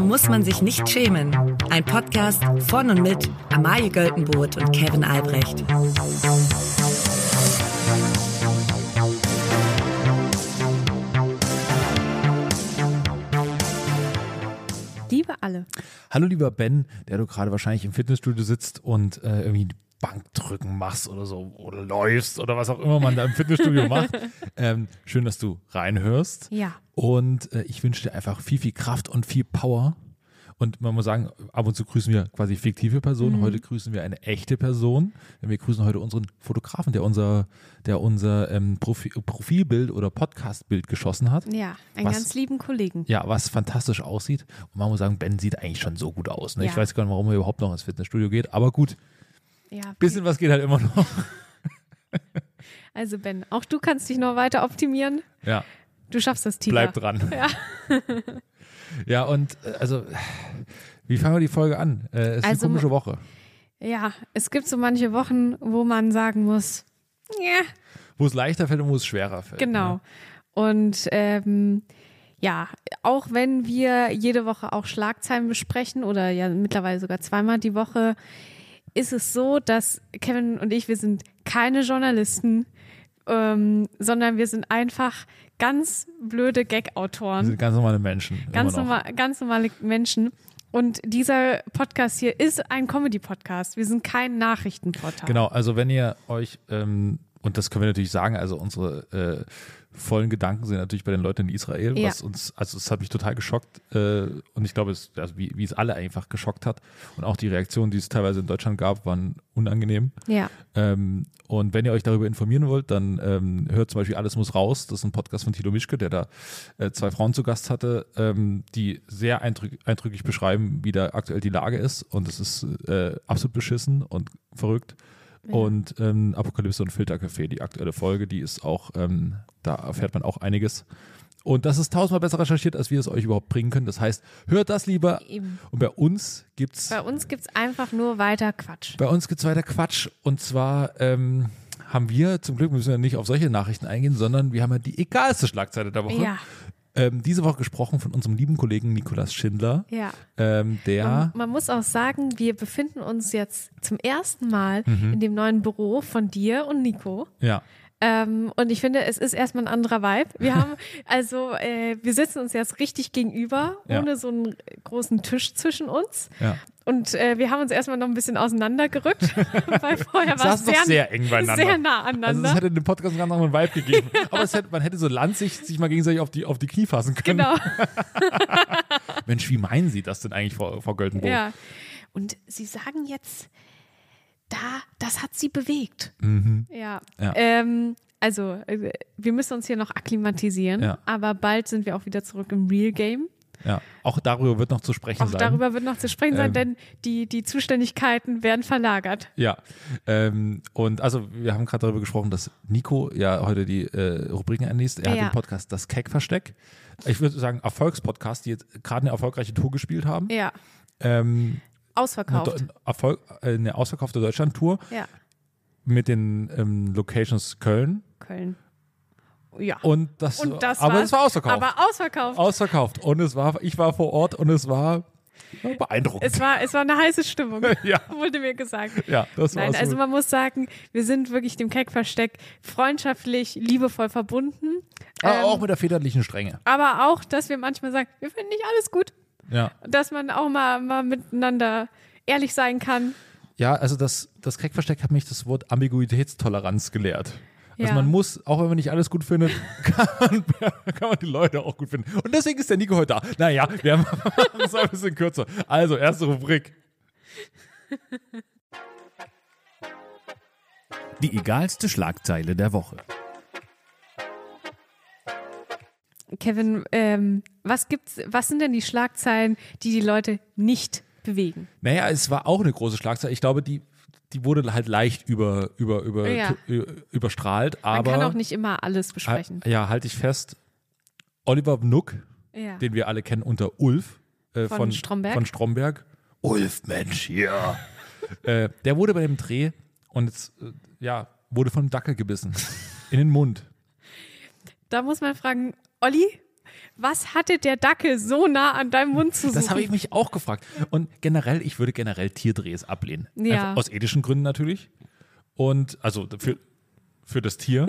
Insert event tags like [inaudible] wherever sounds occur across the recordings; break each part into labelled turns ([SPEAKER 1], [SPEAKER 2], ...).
[SPEAKER 1] muss man sich nicht schämen. Ein Podcast von und mit Amalie Göltenboot und Kevin Albrecht.
[SPEAKER 2] Liebe alle.
[SPEAKER 3] Hallo lieber Ben, der du gerade wahrscheinlich im Fitnessstudio sitzt und äh, irgendwie Bankdrücken machst oder so oder läufst oder was auch immer man da im Fitnessstudio macht. Ähm, schön, dass du reinhörst.
[SPEAKER 2] Ja.
[SPEAKER 3] Und äh, ich wünsche dir einfach viel, viel Kraft und viel Power. Und man muss sagen, ab und zu grüßen wir quasi fiktive Personen. Heute grüßen wir eine echte Person. Denn Wir grüßen heute unseren Fotografen, der unser, der unser ähm, Profi Profilbild oder Podcastbild geschossen hat.
[SPEAKER 2] Ja, einen
[SPEAKER 3] Was?
[SPEAKER 2] ganz lieben Kollegen.
[SPEAKER 3] Ja, was fantastisch aussieht. Und man muss sagen, Ben sieht eigentlich schon so gut aus. Ne? Ich
[SPEAKER 2] Ja.
[SPEAKER 3] weiß gar nicht, warum er überhaupt noch ins Fitnessstudio geht. Aber gut,
[SPEAKER 2] Ja,
[SPEAKER 3] bisschen was geht halt immer noch. [laughs]
[SPEAKER 2] also Ben, auch du kannst dich noch weiter optimieren.
[SPEAKER 3] Ja,
[SPEAKER 2] Du schaffst das, Tiger.
[SPEAKER 3] bleib dran.
[SPEAKER 2] [laughs]
[SPEAKER 3] Ja, und äh, also, wie fangen wir die Folge an? Äh, es ist
[SPEAKER 2] Also,
[SPEAKER 3] eine komische Woche.
[SPEAKER 2] Ja, es gibt so manche Wochen, wo man sagen muss, ja,
[SPEAKER 3] Wo es leichter fällt und wo es schwerer fällt.
[SPEAKER 2] genau.
[SPEAKER 3] Ne?
[SPEAKER 2] Und ähm, ja, auch wenn wir jede Woche auch Schlagzeilen besprechen oder ja mittlerweile sogar zweimal die Woche, ist es so, dass Kevin und ich, wir sind keine Journalisten, ähm, sondern wir sind einfach ganz blöde
[SPEAKER 3] Wir
[SPEAKER 2] Gag-Autoren.
[SPEAKER 3] sind ganz normale Menschen. immer
[SPEAKER 2] ganz,
[SPEAKER 3] noch.
[SPEAKER 2] normal, ganz normale Menschen. Und dieser Podcast hier ist ein Comedy-Podcast. Wir sind kein Nachrichtenportal.
[SPEAKER 3] Genau, also wenn ihr euch, ähm, und das können wir natürlich sagen, also unsere äh, vollen Gedanken sind natürlich bei den Leuten in Israel,
[SPEAKER 2] Ja.
[SPEAKER 3] was uns, also es hat mich total geschockt äh, und ich glaube, es, also wie, wie es alle einfach geschockt hat und auch die Reaktionen, die es teilweise in Deutschland gab, waren unangenehm.
[SPEAKER 2] Ja,
[SPEAKER 3] Ähm, und wenn ihr euch darüber informieren wollt, dann ähm, hört zum Beispiel Alles muss raus. Das ist ein Podcast von Thilo Mischke, der da äh, zwei Frauen zu Gast hatte, ähm, die sehr eindrück eindrücklich beschreiben, wie da aktuell die Lage ist. Und es ist äh, absolut beschissen und verrückt. Und ähm, Apokalypse und Filtercafé, die aktuelle Folge, die ist auch, ähm, da erfährt man auch einiges. Und das ist tausendmal besser recherchiert, als wir es euch überhaupt bringen können. Das heißt, hört das lieber.
[SPEAKER 2] eben.
[SPEAKER 3] Und bei uns gibt's
[SPEAKER 2] Bei uns gibt es einfach nur weiter Quatsch.
[SPEAKER 3] bei uns gibt's weiter Quatsch. Und zwar ähm, haben wir, zum Glück müssen wir nicht auf solche Nachrichten eingehen, sondern wir haben ja die egalste Schlagzeile der Woche.
[SPEAKER 2] Ja,
[SPEAKER 3] Ähm, diese Woche gesprochen von unserem lieben Kollegen Nikolas Schindler,
[SPEAKER 2] ja.
[SPEAKER 3] ähm, der
[SPEAKER 2] Und man muss auch sagen, wir befinden uns jetzt zum ersten Mal
[SPEAKER 3] Mhm.
[SPEAKER 2] in dem neuen Büro von dir und Nico.
[SPEAKER 3] ja,
[SPEAKER 2] Ähm, und ich finde, es ist erstmal ein anderer Vibe. Wir
[SPEAKER 3] [laughs]
[SPEAKER 2] haben, also, äh, wir sitzen uns jetzt richtig gegenüber,
[SPEAKER 3] Ja.
[SPEAKER 2] ohne so einen großen Tisch zwischen uns.
[SPEAKER 3] ja.
[SPEAKER 2] Und äh, wir haben uns erstmal noch ein bisschen auseinandergerückt, [laughs] weil vorher war es
[SPEAKER 3] Saßen
[SPEAKER 2] sehr,
[SPEAKER 3] doch sehr eng beieinander.
[SPEAKER 2] sehr nah
[SPEAKER 3] also
[SPEAKER 2] aneinander.
[SPEAKER 3] es hätte dem Podcast einen ganz anderen Vibe gegeben.
[SPEAKER 2] [laughs]
[SPEAKER 3] Aber es hätte, man hätte so lanzig sich mal gegenseitig auf die, auf die Knie fassen können.
[SPEAKER 2] genau,
[SPEAKER 3] Mensch, wie meinen Sie das denn eigentlich, Frau, Frau Göltenbohm?
[SPEAKER 2] ja. Und sie sagen jetzt, da, das hat sie bewegt. Ja.
[SPEAKER 3] Mhm. Ja.
[SPEAKER 2] Ähm, also, äh, wir müssen uns hier noch akklimatisieren,
[SPEAKER 3] Ja.
[SPEAKER 2] aber bald sind wir auch wieder zurück im Real Game.
[SPEAKER 3] Ja. Auch darüber wird noch zu sprechen
[SPEAKER 2] Auch
[SPEAKER 3] sein.
[SPEAKER 2] darüber wird noch zu sprechen
[SPEAKER 3] Ähm.
[SPEAKER 2] sein, denn die, die Zuständigkeiten werden verlagert.
[SPEAKER 3] Ja, ähm, und also wir haben gerade darüber gesprochen, dass Nico ja heute die äh, Rubriken anliest. Er
[SPEAKER 2] Ja.
[SPEAKER 3] hat den Podcast Das Keck-Versteck. Ich würde sagen, Erfolgspodcast, die jetzt gerade eine erfolgreiche Tour gespielt haben.
[SPEAKER 2] Ja,
[SPEAKER 3] Ähm, eine,
[SPEAKER 2] ausverkauft.
[SPEAKER 3] Do- Erfolg, äh, eine ausverkaufte Deutschland-Tour
[SPEAKER 2] Ja,
[SPEAKER 3] mit den ähm, Locations Köln.
[SPEAKER 2] Köln. Ja.
[SPEAKER 3] Und das,
[SPEAKER 2] Und das
[SPEAKER 3] aber
[SPEAKER 2] war,
[SPEAKER 3] es war ausverkauft.
[SPEAKER 2] Aber ausverkauft.
[SPEAKER 3] ausverkauft. Und es war, ich war vor Ort und es war beeindruckend.
[SPEAKER 2] Es war, es war eine heiße Stimmung,
[SPEAKER 3] [laughs] Ja.
[SPEAKER 2] wurde mir gesagt.
[SPEAKER 3] ja, das war
[SPEAKER 2] Nein,
[SPEAKER 3] so.
[SPEAKER 2] also man muss sagen, wir sind wirklich dem Keckversteck freundschaftlich, liebevoll verbunden.
[SPEAKER 3] aber
[SPEAKER 2] ähm,
[SPEAKER 3] auch mit der väterlichen Strenge.
[SPEAKER 2] Aber auch, dass wir manchmal sagen, wir finden nicht alles gut.
[SPEAKER 3] Ja.
[SPEAKER 2] Dass man auch mal, mal miteinander ehrlich sein kann.
[SPEAKER 3] Ja, also das, das Crackversteck hat mich das Wort Ambiguitätstoleranz gelehrt. Also
[SPEAKER 2] Ja.
[SPEAKER 3] man muss, auch wenn man nicht alles gut findet, [laughs] kann man, kann man die Leute auch gut finden. Und deswegen ist der Nico heute da. Naja, wir haben [laughs] es ein bisschen kürzer. Also, erste Rubrik.
[SPEAKER 4] Die egalste Schlagzeile der Woche.
[SPEAKER 2] Kevin, ähm, was gibt's, was sind denn die Schlagzeilen, die die Leute nicht bewegen?
[SPEAKER 3] Naja, es war auch eine große Schlagzeile. Ich glaube, die, die wurde halt leicht über, über, über,
[SPEAKER 2] Ja.
[SPEAKER 3] ü- überstrahlt.
[SPEAKER 2] Man
[SPEAKER 3] Aber Ah,
[SPEAKER 2] kann auch nicht immer alles besprechen.
[SPEAKER 3] ja, halte ich fest. Oliver Nuck,
[SPEAKER 2] Ja.
[SPEAKER 3] ah, den wir alle kennen unter Ulf äh,
[SPEAKER 2] Von
[SPEAKER 3] von,
[SPEAKER 2] Stromberg.
[SPEAKER 3] Von Stromberg. Ulf, Mensch,
[SPEAKER 2] [laughs]
[SPEAKER 3] ja. äh, der wurde bei dem Dreh und jetzt, äh, ja, wurde von einem Dackel gebissen. In den Mund.
[SPEAKER 2] Da muss man fragen, Olli, was hatte der Dackel so nah an deinem Mund zu suchen?
[SPEAKER 3] Das habe ich mich auch gefragt. Und generell, ich würde generell Tierdrehs ablehnen.
[SPEAKER 2] Ja.
[SPEAKER 3] Einfach aus ethischen Gründen natürlich. Und also für, für
[SPEAKER 2] [laughs]
[SPEAKER 3] das Tier.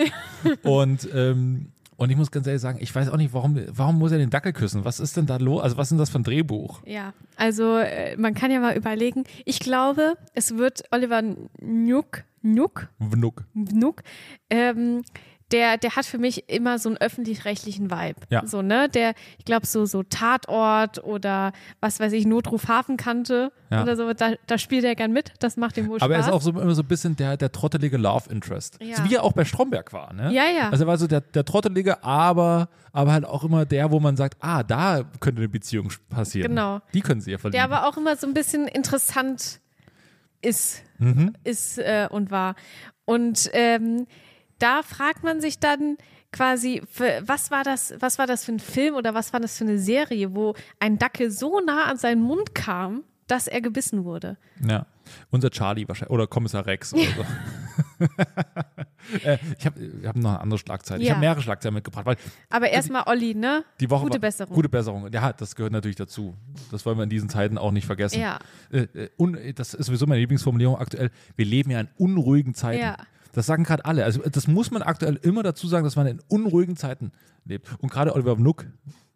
[SPEAKER 3] und, ähm, und ich muss ganz ehrlich sagen, ich weiß auch nicht, warum, warum muss er den Dackel küssen? Was ist denn da los? Also, was ist denn das für ein Drehbuch?
[SPEAKER 2] Ja, also äh, man kann ja mal überlegen. Ich glaube, es wird Oliver Nuck, Nuck,
[SPEAKER 3] Wnuck.
[SPEAKER 2] Nuck, ähm, der, der hat für mich immer so einen öffentlich-rechtlichen Vibe.
[SPEAKER 3] Ja.
[SPEAKER 2] So, ne? Der, ich glaube, so, so Tatort oder was weiß ich, Notruf Hafenkante
[SPEAKER 3] Ja.
[SPEAKER 2] oder so, da, da spielt er gern mit. Das macht ihm wohl
[SPEAKER 3] Aber er
[SPEAKER 2] Spaß.
[SPEAKER 3] ist auch so, immer so ein bisschen der, der trottelige Love Interest.
[SPEAKER 2] Ja.
[SPEAKER 3] So wie er auch bei Stromberg war, ne?
[SPEAKER 2] Ja, ja.
[SPEAKER 3] Also er war so der, der trottelige, aber, aber halt auch immer der, wo man sagt, ah, da könnte eine Beziehung passieren.
[SPEAKER 2] Genau.
[SPEAKER 3] Die können sie ja verlieben.
[SPEAKER 2] der aber auch immer so ein bisschen interessant ist,
[SPEAKER 3] Mhm.
[SPEAKER 2] ist äh, und war. Und ähm, da fragt man sich dann quasi, für, was war das, was war das für ein Film oder was war das für eine Serie, wo ein Dackel so nah an seinen Mund kam, dass er gebissen wurde.
[SPEAKER 3] Ja. Unser Charlie wahrscheinlich. Oder Kommissar
[SPEAKER 2] [laughs]
[SPEAKER 3] Rex oder so. äh, ich habe ich hab noch eine andere Schlagzeile. Ich
[SPEAKER 2] Ja.
[SPEAKER 3] habe mehrere Schlagzeilen mitgebracht, weil
[SPEAKER 2] Aber erstmal Olli, ne?
[SPEAKER 3] die Woche.
[SPEAKER 2] Gute
[SPEAKER 3] war-
[SPEAKER 2] Besserung.
[SPEAKER 3] Gute Besserung. Ja, das gehört natürlich dazu. Das wollen wir in diesen Zeiten auch nicht vergessen.
[SPEAKER 2] Ja.
[SPEAKER 3] Äh, äh, un, das ist sowieso meine Lieblingsformulierung aktuell. Wir leben ja in unruhigen Zeiten.
[SPEAKER 2] Ja.
[SPEAKER 3] Das sagen gerade alle. Also das muss man aktuell immer dazu sagen, dass man in unruhigen Zeiten lebt. Und gerade Oliver Nuck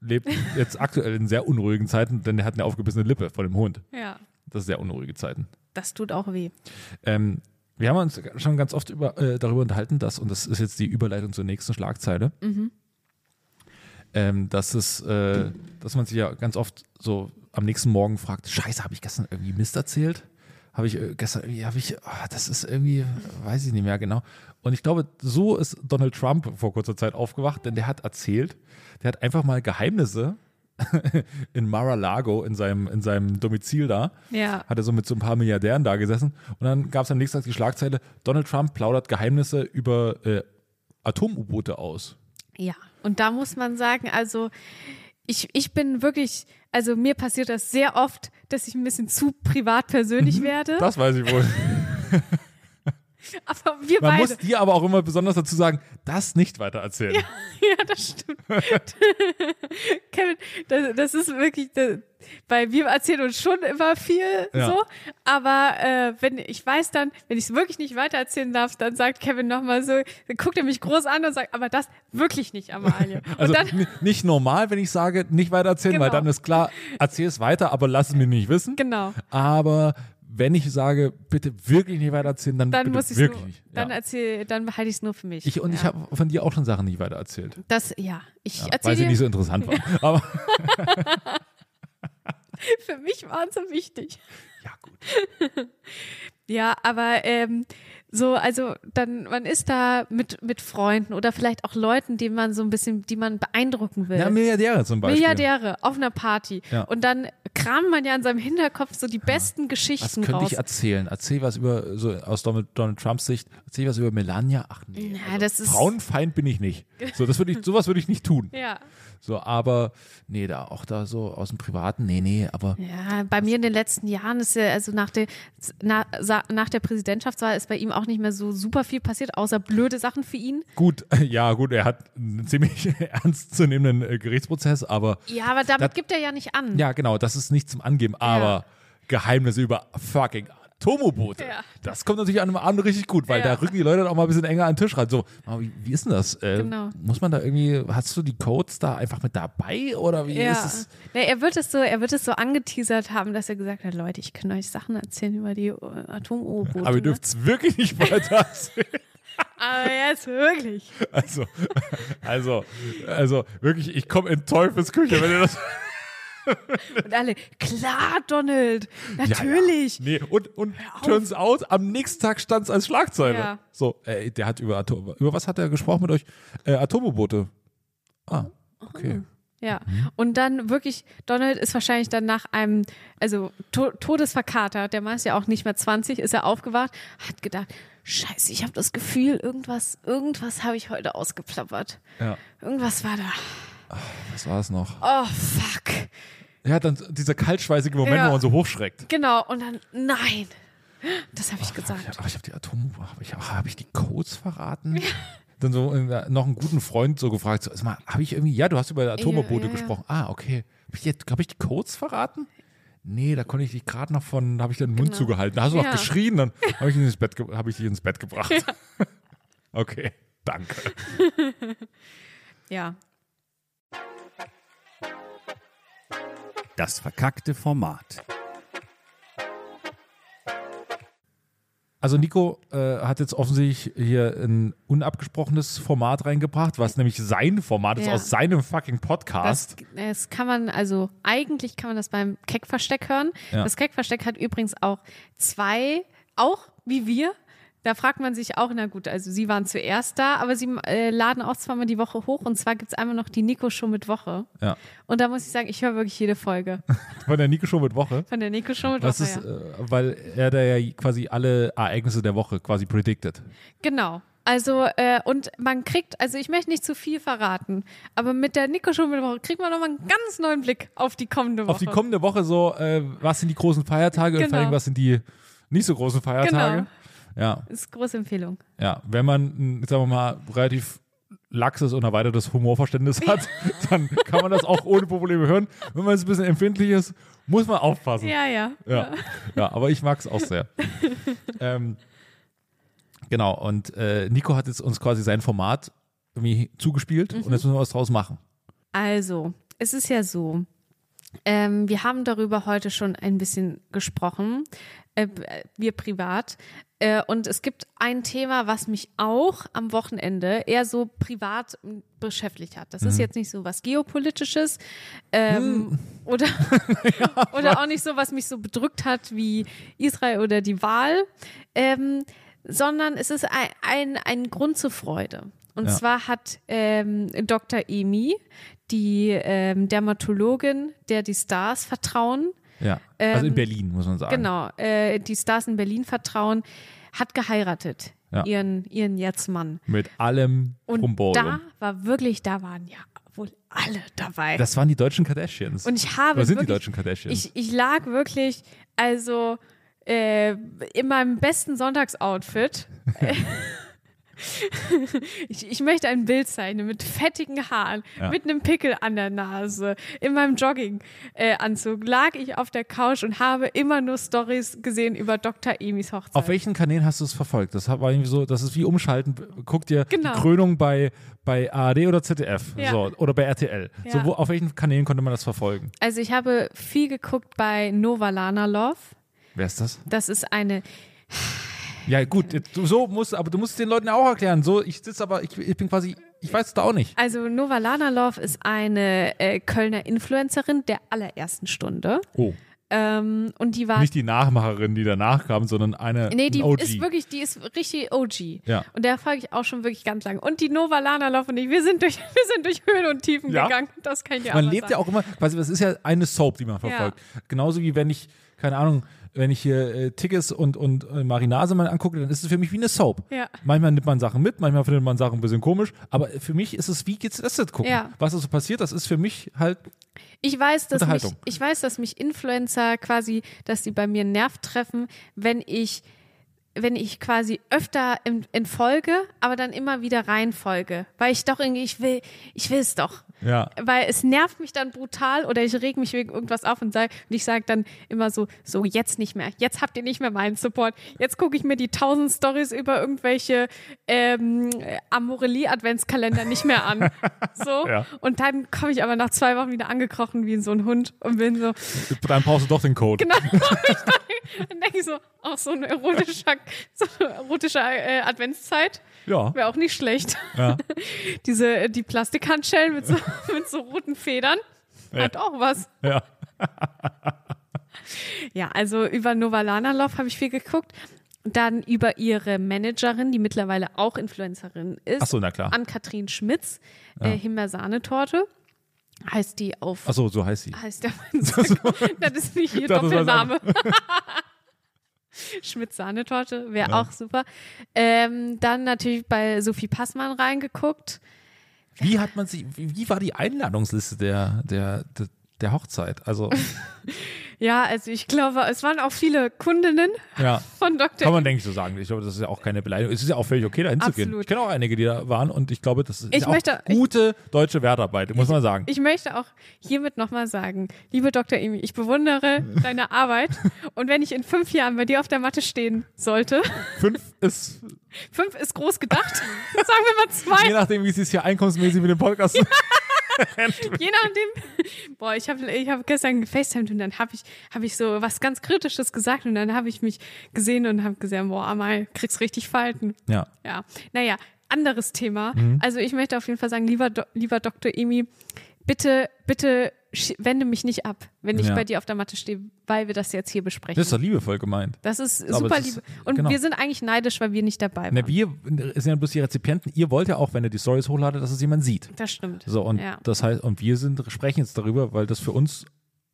[SPEAKER 3] lebt jetzt aktuell in sehr unruhigen Zeiten, denn er hat eine aufgebissene Lippe von dem Hund.
[SPEAKER 2] ja.
[SPEAKER 3] Das ist sehr unruhige Zeiten.
[SPEAKER 2] Das tut auch weh.
[SPEAKER 3] Ähm, wir haben uns schon ganz oft über, äh, darüber unterhalten, dass, und das ist jetzt die Überleitung zur nächsten Schlagzeile, ähm, dass, es, äh, dass man sich ja ganz oft so am nächsten Morgen fragt, scheiße, habe ich gestern irgendwie Mist erzählt? Habe ich äh, gestern irgendwie, habe ich, ah, das ist irgendwie, äh, weiß ich nicht mehr genau. Und ich glaube, so ist Donald Trump vor kurzer Zeit aufgewacht, denn der hat erzählt, der hat einfach mal Geheimnisse [laughs] in Mar-a-Lago, in seinem, in seinem Domizil da,
[SPEAKER 2] Ja.
[SPEAKER 3] hat er so mit so ein paar Milliardären da gesessen. Und dann gab es am nächsten Tag die Schlagzeile: Donald Trump plaudert Geheimnisse über äh, Atom-U-Boote aus.
[SPEAKER 2] Ja, und da muss man sagen, also ich, ich bin wirklich, also mir passiert das sehr oft, dass ich ein bisschen zu privat
[SPEAKER 3] Mhm.
[SPEAKER 2] persönlich werde.
[SPEAKER 3] Das weiß ich wohl.
[SPEAKER 2] [laughs] aber wir
[SPEAKER 3] Man
[SPEAKER 2] beide.
[SPEAKER 3] muss dir aber auch immer besonders dazu sagen, das nicht weiter erzählen.
[SPEAKER 2] [laughs] Ja, das stimmt. [laughs] Kevin, das, das ist wirklich, das, weil wir erzählen uns schon immer viel
[SPEAKER 3] Ja.
[SPEAKER 2] so, aber äh, wenn ich weiß dann, wenn ich es wirklich nicht weiter erzählen darf, dann sagt Kevin nochmal so, dann guckt er mich groß an und sagt, aber das wirklich nicht,
[SPEAKER 3] [laughs]
[SPEAKER 2] Amalie. Und
[SPEAKER 3] Also
[SPEAKER 2] dann,
[SPEAKER 3] n- nicht normal, wenn ich sage, nicht weiter erzählen, weil
[SPEAKER 2] Genau.
[SPEAKER 3] dann ist klar, erzähl es weiter, aber lass es mir nicht wissen.
[SPEAKER 2] genau.
[SPEAKER 3] Aber wenn ich sage, bitte wirklich nicht weiter erzählen, dann,
[SPEAKER 2] Dann
[SPEAKER 3] bitte
[SPEAKER 2] muss ich
[SPEAKER 3] wirklich
[SPEAKER 2] nur,
[SPEAKER 3] nicht.
[SPEAKER 2] dann
[SPEAKER 3] ja.
[SPEAKER 2] erzähl, dann behalte ich es nur für mich.
[SPEAKER 3] ich, und ich
[SPEAKER 2] Ja.
[SPEAKER 3] habe von dir auch schon Sachen nicht weiter erzählt,
[SPEAKER 2] Das, ja, ich
[SPEAKER 3] weil sie
[SPEAKER 2] erzähle
[SPEAKER 3] nicht
[SPEAKER 2] dir,
[SPEAKER 3] so interessant waren. Aber
[SPEAKER 2] [laughs] für mich waren sie wichtig.
[SPEAKER 3] ja gut.
[SPEAKER 2] [laughs] Ja, aber ähm, so, also dann, man ist da mit, mit Freunden oder vielleicht auch Leuten, die man so ein bisschen, die man beeindrucken will.
[SPEAKER 3] Ja, Milliardäre zum Beispiel.
[SPEAKER 2] Milliardäre auf einer Party.
[SPEAKER 3] Ja.
[SPEAKER 2] Und dann kramt man ja in seinem Hinterkopf so die besten
[SPEAKER 3] Was
[SPEAKER 2] Geschichten
[SPEAKER 3] könnte
[SPEAKER 2] raus.
[SPEAKER 3] ich erzählen? Erzähl was über, so aus Donald, Donald Trumps Sicht, erzähl was über Melania. Ach nee. also
[SPEAKER 2] Ja, das ist-
[SPEAKER 3] Frauenfeind bin ich nicht. So,
[SPEAKER 2] [laughs]
[SPEAKER 3] das würde ich, sowas würde ich nicht tun.
[SPEAKER 2] ja.
[SPEAKER 3] So, aber nee, da auch da so aus dem Privaten, nee, nee, aber
[SPEAKER 2] ja, bei mir in den letzten Jahren ist ja, also nach der, na, sa- nach der Präsidentschaftswahl ist bei ihm auch nicht mehr so super viel passiert, außer blöde Sachen für ihn.
[SPEAKER 3] gut, [laughs] ja, gut, er hat einen ziemlich [laughs] ernstzunehmenden äh, Gerichtsprozess, aber
[SPEAKER 2] Ja, aber damit
[SPEAKER 3] Das-
[SPEAKER 2] gibt er ja nicht an.
[SPEAKER 3] ja, genau, das ist nicht zum Angeben, aber Geheimnisse über fucking Atomoboote.
[SPEAKER 2] Ja.
[SPEAKER 3] Das kommt natürlich an einem Abend richtig gut, weil
[SPEAKER 2] Ja.
[SPEAKER 3] da rücken die Leute dann auch mal ein bisschen enger an den Tisch ran. So, aber wie wie ist denn das? Äh,
[SPEAKER 2] Genau.
[SPEAKER 3] Muss man da irgendwie, hast du die Codes da einfach mit dabei oder wie ist es?
[SPEAKER 2] Nee, er wird es so, er wird es so angeteasert haben, dass er gesagt hat, Leute, ich kann euch Sachen erzählen über die äh, Atom-U-Boote.
[SPEAKER 3] Aber ihr
[SPEAKER 2] ne?
[SPEAKER 3] dürft es wirklich nicht weiter erzählen.
[SPEAKER 2] Aber jetzt wirklich.
[SPEAKER 3] [laughs] Also, also, also, wirklich, ich komme in Teufelsküche, wenn ihr das.
[SPEAKER 2] Und alle, klar, Donald, natürlich.
[SPEAKER 3] Ja, ja. Nee, und, und
[SPEAKER 2] auf.
[SPEAKER 3] turns out, am nächsten Tag stand es als Schlagzeile.
[SPEAKER 2] Ja.
[SPEAKER 3] So, ey, der hat über Atom, über was hat er gesprochen mit euch? Äh, Atomoboote. Ah, okay.
[SPEAKER 2] Ja.
[SPEAKER 3] Mhm.
[SPEAKER 2] Und dann wirklich, Donald ist wahrscheinlich dann nach einem, also to Todesverkater, der Mann ist ja auch nicht mehr 20, ist er aufgewacht, hat gedacht, scheiße, ich habe das Gefühl, irgendwas, irgendwas habe ich heute ausgeplappert.
[SPEAKER 3] Ja,
[SPEAKER 2] Irgendwas war da.
[SPEAKER 3] was war es noch?
[SPEAKER 2] Oh, fuck.
[SPEAKER 3] Ja, dann dieser kaltschweißige Moment,
[SPEAKER 2] Ja.
[SPEAKER 3] wo man so hochschreckt.
[SPEAKER 2] Genau, und dann, nein, das habe ich gesagt.
[SPEAKER 3] Ach, ich habe die Atom, habe ich, ach, hab ich die Codes verraten? dann so äh, noch einen guten Freund so gefragt, so, mal, habe ich irgendwie, ja, du hast über die Atombombe
[SPEAKER 2] ja, ja.
[SPEAKER 3] gesprochen. Ah, okay. Habe ich, dir- hab ich die Codes verraten? Nee, da konnte ich dich gerade noch von, habe ich dir den Mund
[SPEAKER 2] Genau.
[SPEAKER 3] zugehalten. Da hast du
[SPEAKER 2] Ja.
[SPEAKER 3] noch geschrien, dann habe ich, dich ins Bett ge- hab ich dich ins Bett gebracht. [laughs] Okay, danke.
[SPEAKER 2] Ja.
[SPEAKER 4] Das verkackte Format.
[SPEAKER 3] Also Nico äh, hat jetzt offensichtlich hier ein unabgesprochenes Format reingebracht, was nämlich sein Format ist
[SPEAKER 2] Ja.
[SPEAKER 3] aus seinem fucking Podcast.
[SPEAKER 2] Das, das kann man, also eigentlich kann man das beim Keckversteck hören.
[SPEAKER 3] Ja.
[SPEAKER 2] Das Keckversteck hat übrigens auch zwei, auch wie wir. Da fragt man sich auch, na gut, also sie waren zuerst da, aber sie äh, laden auch zweimal die Woche hoch. Und zwar gibt es einmal noch die Nico-Show mit Woche.
[SPEAKER 3] ja.
[SPEAKER 2] Und da muss ich sagen, ich höre wirklich jede Folge
[SPEAKER 3] Von der Nico Show mit Woche.
[SPEAKER 2] von der Nico-Show mit
[SPEAKER 3] Das
[SPEAKER 2] Woche.
[SPEAKER 3] ist,
[SPEAKER 2] ja.
[SPEAKER 3] äh, weil er da ja quasi alle Ereignisse der Woche quasi predicted.
[SPEAKER 2] Genau. Also, äh, und man kriegt, also ich möchte nicht zu viel verraten, aber mit der Nico-Show mit Woche kriegt man nochmal einen ganz neuen Blick auf die kommende Woche.
[SPEAKER 3] Auf die kommende Woche so, äh, was sind die großen Feiertage und vor
[SPEAKER 2] Genau.
[SPEAKER 3] allem, was sind die nicht so großen Feiertage? Ja,
[SPEAKER 2] ist große Empfehlung.
[SPEAKER 3] ja. Wenn man, ein, sagen wir mal, relativ laxes und erweitertes Humorverständnis hat, [laughs] dann kann man das auch ohne Probleme hören. Wenn man jetzt ein bisschen empfindlich ist, muss man aufpassen.
[SPEAKER 2] Ja, ja.
[SPEAKER 3] Ja, ja aber ich mag es
[SPEAKER 2] [laughs]
[SPEAKER 3] auch sehr. ähm, genau, und äh, Nico hat jetzt uns quasi sein Format irgendwie zugespielt
[SPEAKER 2] Mhm.
[SPEAKER 3] und jetzt müssen wir was draus machen.
[SPEAKER 2] Also, es ist ja so. Ähm, wir haben darüber heute schon ein bisschen gesprochen, äh, wir privat. Äh, und es gibt ein Thema, was mich auch am Wochenende eher so privat m, beschäftigt hat. Das ist jetzt nicht so was Geopolitisches ähm, [laughs] oder, oder auch nicht so, was mich so bedrückt hat wie Israel oder die Wahl, ähm, sondern es ist ein, ein, ein Grund zur Freude. Und
[SPEAKER 3] Ja.
[SPEAKER 2] zwar hat ähm, Dr. Emi, die ähm, Dermatologin, der die Stars vertrauen,
[SPEAKER 3] Ja, also in
[SPEAKER 2] Ähm,
[SPEAKER 3] Berlin, muss man sagen.
[SPEAKER 2] genau, äh, die Stars in Berlin vertrauen, hat geheiratet.
[SPEAKER 3] Ja.
[SPEAKER 2] Ihren, ihren Jetzt-Mann.
[SPEAKER 3] Mit allem
[SPEAKER 2] Und da
[SPEAKER 3] Rumborum.
[SPEAKER 2] war wirklich, da waren ja wohl alle dabei.
[SPEAKER 3] Das waren die deutschen Kardashians.
[SPEAKER 2] Und ich habe
[SPEAKER 3] Oder sind die
[SPEAKER 2] wirklich-
[SPEAKER 3] deutschen Kardashians?
[SPEAKER 2] Ich, ich lag wirklich, also äh, in meinem besten
[SPEAKER 3] [laughs]
[SPEAKER 2] Sonntagsoutfit. ich, ich möchte ein Bild zeichnen mit fettigen Haaren,
[SPEAKER 3] Ja.
[SPEAKER 2] mit einem Pickel an der Nase, in meinem Jogginganzug lag ich auf der Couch und habe immer nur Stories gesehen über Dr. Emis Hochzeit.
[SPEAKER 3] Auf welchen Kanälen hast du es verfolgt? Das war irgendwie so, das ist wie umschalten. Guck dir
[SPEAKER 2] Genau.
[SPEAKER 3] die Krönung bei, bei ARD oder ZDF
[SPEAKER 2] Ja.
[SPEAKER 3] so, oder bei RTL. So,
[SPEAKER 2] Ja.
[SPEAKER 3] wo, auf welchen Kanälen konnte man das verfolgen?
[SPEAKER 2] also ich habe viel geguckt bei Novalana Love.
[SPEAKER 3] Wer ist das?
[SPEAKER 2] Das ist eine
[SPEAKER 3] Ja, gut, jetzt- du, so musst, aber du musst es den Leuten ja auch erklären. So, ich sitze aber, ich, ich bin quasi, ich weiß es da auch nicht.
[SPEAKER 2] Also Nova Lanalov ist eine äh, Kölner Influencerin der allerersten Stunde.
[SPEAKER 3] Oh.
[SPEAKER 2] Ähm, und die war.
[SPEAKER 3] Nicht die Nachmacherin, die danach kam, sondern eine
[SPEAKER 2] Nee, die
[SPEAKER 3] ein OG.
[SPEAKER 2] ist wirklich, die ist richtig OG.
[SPEAKER 3] Ja.
[SPEAKER 2] Und der folge ich auch schon wirklich ganz lang. Und die Nova Lanalov und ich, wir sind durch, [laughs] wir sind durch Höhen und Tiefen
[SPEAKER 3] Ja.
[SPEAKER 2] gegangen. Das kann ich dir
[SPEAKER 3] Man
[SPEAKER 2] auch mal
[SPEAKER 3] lebt
[SPEAKER 2] sagen.
[SPEAKER 3] ja auch immer, quasi, das ist ja eine Soap, die man verfolgt. Genauso wie wenn ich, keine Ahnung, wenn ich hier äh, Tickets und, und äh, Marinase mal angucke, dann ist es für mich wie eine Soap.
[SPEAKER 2] Ja.
[SPEAKER 3] Manchmal nimmt man Sachen mit, manchmal findet man Sachen ein bisschen komisch, aber für mich ist es wie geht's das jetzt gucken.
[SPEAKER 2] Ja.
[SPEAKER 3] Was ist so passiert, das ist für mich halt,
[SPEAKER 2] Ich weiß, dass mich,
[SPEAKER 3] Unterhaltung.
[SPEAKER 2] ich weiß, dass mich Influencer quasi, dass die bei mir einen Nerv treffen, wenn ich, wenn ich quasi öfter in, in Folge, aber dann immer wieder reinfolge. Weil ich doch irgendwie, ich will, ich will es doch.
[SPEAKER 3] ja.
[SPEAKER 2] Weil es nervt mich dann brutal oder ich reg mich wegen irgendwas auf und, sag, und ich sage dann immer so, so jetzt nicht mehr, jetzt habt ihr nicht mehr meinen Support, jetzt gucke ich mir die tausend Stories über irgendwelche ähm, Amorelie-Adventskalender nicht mehr
[SPEAKER 3] [laughs]
[SPEAKER 2] an. So.
[SPEAKER 3] Ja.
[SPEAKER 2] Und dann komme ich aber nach zwei Wochen wieder angekrochen wie so ein Hund und bin so,
[SPEAKER 3] Dann brauchst du doch den Code.
[SPEAKER 2] genau, dann denke ich so, auch so ein erotischer, [laughs] so eine erotische äh, Adventszeit.
[SPEAKER 3] Ja.
[SPEAKER 2] Wäre auch nicht schlecht.
[SPEAKER 3] Ja.
[SPEAKER 2] [laughs] Diese, äh, die Plastikhandschellen mit so, [laughs] mit so roten Federn. Hat auch was.
[SPEAKER 3] Ja.
[SPEAKER 2] Ja, also über Novalana Love habe ich viel geguckt. Dann über ihre Managerin, die mittlerweile auch Influencerin ist.
[SPEAKER 3] Ach so, na klar.
[SPEAKER 2] An Katrin Schmitz, äh, Himbeersahnetorte. Heißt die auf.
[SPEAKER 3] Achso, so heißt sie.
[SPEAKER 2] Heißt
[SPEAKER 3] [laughs]
[SPEAKER 2] der auf Instagram. [laughs] Das ist nicht ihr
[SPEAKER 3] Das ist was
[SPEAKER 2] Doppelname. [laughs] Schmidt-Sahnetorte wäre auch super. Ähm, dann natürlich bei Sophie Passmann reingeguckt.
[SPEAKER 3] Wie hat man
[SPEAKER 2] [laughs]
[SPEAKER 3] sie, wie wie war die Einladungsliste der, der, der, der Hochzeit? Also,
[SPEAKER 2] Ja, also ich glaube, es waren auch viele Kundinnen
[SPEAKER 3] Ja.
[SPEAKER 2] von
[SPEAKER 3] Kann
[SPEAKER 2] Dr.
[SPEAKER 3] man, denke ich, so sagen. Ich glaube, das ist ja auch keine Beleidigung. Es ist ja auch völlig okay, da hinzugehen.
[SPEAKER 2] Absolut.
[SPEAKER 3] Ich kenne auch einige, die da waren und ich glaube, das ist
[SPEAKER 2] Ich
[SPEAKER 3] ja auch
[SPEAKER 2] möchte- ich-
[SPEAKER 3] gute deutsche Wertarbeit, muss man sagen.
[SPEAKER 2] Ich möchte auch hiermit nochmal sagen, liebe Dr. Emi, ich bewundere deine Arbeit und wenn ich in fünf Jahren bei dir auf der Matte stehen sollte,
[SPEAKER 3] Fünf ist,
[SPEAKER 2] fünf ist groß gedacht, sagen wir mal zwei,
[SPEAKER 3] je nachdem, wie sie es hier einkommensmäßig mit dem Podcast
[SPEAKER 2] je nachdem. Boah, ich habe ich hab gestern gefacetimed und dann habe ich, hab ich so was ganz Kritisches gesagt und dann habe ich mich gesehen und habe gesagt, boah, Amal, kriegst richtig Falten.
[SPEAKER 3] Ja.
[SPEAKER 2] Ja, naja, anderes Thema.
[SPEAKER 3] Mhm.
[SPEAKER 2] Also ich möchte auf jeden Fall sagen, lieber, Do lieber Dr. Emi, bitte, bitte sch- wende mich nicht ab, wenn ich
[SPEAKER 3] Ja.
[SPEAKER 2] bei dir auf der Matte stehe, weil wir das jetzt hier besprechen.
[SPEAKER 3] Das ist doch liebevoll gemeint.
[SPEAKER 2] Das ist
[SPEAKER 3] Aber
[SPEAKER 2] super
[SPEAKER 3] das ist-
[SPEAKER 2] lieb. Und
[SPEAKER 3] genau.
[SPEAKER 2] wir sind eigentlich neidisch, weil wir nicht dabei waren.
[SPEAKER 3] Na, wir sind ja bloß die Rezipienten. Ihr wollt ja auch, wenn ihr die Stories hochladet, dass es jemand sieht.
[SPEAKER 2] das stimmt.
[SPEAKER 3] So, und
[SPEAKER 2] ja.
[SPEAKER 3] das heißt, und wir sind, sprechen jetzt darüber, weil das für uns,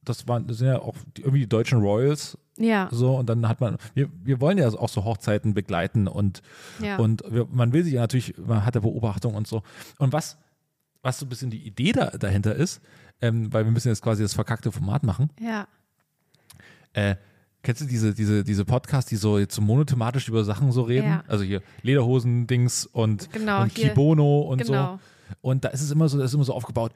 [SPEAKER 3] das waren, das sind ja auch die, irgendwie die deutschen Royals,
[SPEAKER 2] ja,
[SPEAKER 3] so, und dann hat man, wir, wir wollen ja auch so Hochzeiten begleiten und
[SPEAKER 2] ja.
[SPEAKER 3] Und wir, man will sich ja natürlich, man hat ja Beobachtung und so. Und was, was so ein bisschen die Idee da, dahinter ist, ähm, weil wir müssen jetzt quasi das verkackte Format machen.
[SPEAKER 2] ja.
[SPEAKER 3] Äh, kennst du diese, diese, diese Podcasts, die so jetzt so monothematisch über Sachen so reden?
[SPEAKER 2] Ja.
[SPEAKER 3] Also hier Lederhosen, Dings und,
[SPEAKER 2] Genau,
[SPEAKER 3] und
[SPEAKER 2] hier.
[SPEAKER 3] Kibono und
[SPEAKER 2] Genau.
[SPEAKER 3] so. Und da ist es immer so, das ist immer so aufgebaut.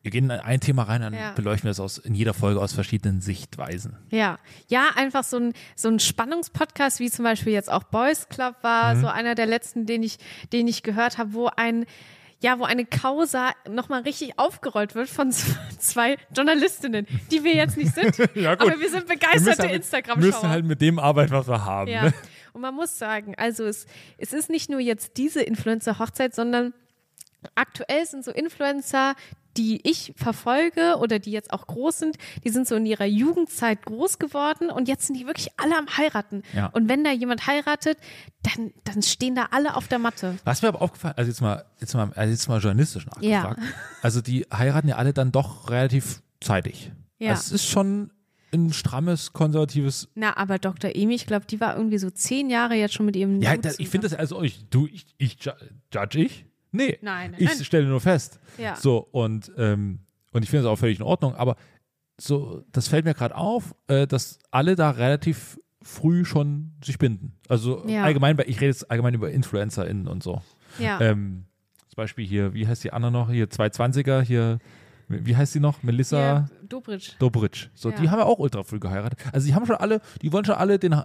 [SPEAKER 3] Wir gehen in ein Thema rein, dann
[SPEAKER 2] Ja.
[SPEAKER 3] beleuchten wir es aus, in jeder Folge aus verschiedenen Sichtweisen.
[SPEAKER 2] Ja, ja, einfach so ein, so ein Spannungspodcast, wie zum Beispiel jetzt auch Boys Club
[SPEAKER 3] Mhm.
[SPEAKER 2] war, so einer der letzten, den ich, den ich gehört habe, wo ein, ja, wo eine Causa nochmal richtig aufgerollt wird von z- zwei Journalistinnen, die wir jetzt nicht sind,
[SPEAKER 3] [laughs] Ja, gut.
[SPEAKER 2] aber wir sind
[SPEAKER 3] Wir müssen
[SPEAKER 2] begeisterte
[SPEAKER 3] halt- Wir
[SPEAKER 2] Instagram-Schauer.
[SPEAKER 3] müssen halt mit dem arbeiten, was wir haben.
[SPEAKER 2] ja.
[SPEAKER 3] Ne?
[SPEAKER 2] Und man muss sagen, also es, es ist nicht nur jetzt diese Influencer-Hochzeit, sondern aktuell sind so Influencer, die ich verfolge oder die jetzt auch groß sind, die sind so in ihrer Jugendzeit groß geworden und jetzt sind die wirklich alle am Heiraten.
[SPEAKER 3] Ja.
[SPEAKER 2] Und wenn da jemand heiratet, dann, dann stehen da alle auf der Matte.
[SPEAKER 3] Was mir aber aufgefallen, also jetzt mal, jetzt mal, also jetzt mal journalistisch nachgefragt.
[SPEAKER 2] [laughs]
[SPEAKER 3] Also die heiraten ja alle dann doch relativ zeitig. Also
[SPEAKER 2] Ja.
[SPEAKER 3] Es ist schon ein strammes, konservatives.
[SPEAKER 2] Na, aber Dr. Emi, ich glaube, die war irgendwie so zehn Jahre jetzt schon mit ihrem
[SPEAKER 3] Ja,
[SPEAKER 2] Dude
[SPEAKER 3] da, ich
[SPEAKER 2] zusammen.
[SPEAKER 3] finde das also, ich, du, ich, ich ju- judge ich? Nee.
[SPEAKER 2] Nein,
[SPEAKER 3] Ich
[SPEAKER 2] nein.
[SPEAKER 3] stelle nur fest.
[SPEAKER 2] Ja.
[SPEAKER 3] So, und, ähm, und ich finde das auch völlig in Ordnung, aber so, das fällt mir gerade auf, äh, dass alle da relativ früh schon sich binden. Also
[SPEAKER 2] Ja.
[SPEAKER 3] allgemein, bei- ich rede jetzt allgemein über InfluencerInnen und so.
[SPEAKER 2] ja.
[SPEAKER 3] Ähm, zum Beispiel hier, wie heißt die andere noch? Hier 220er, hier, wie heißt die noch? Melissa
[SPEAKER 2] ja, Dobritsch.
[SPEAKER 3] Dobritsch. So,
[SPEAKER 2] Ja.
[SPEAKER 3] die haben ja auch ultra früh geheiratet. Also die haben schon alle, die wollen schon alle den äh,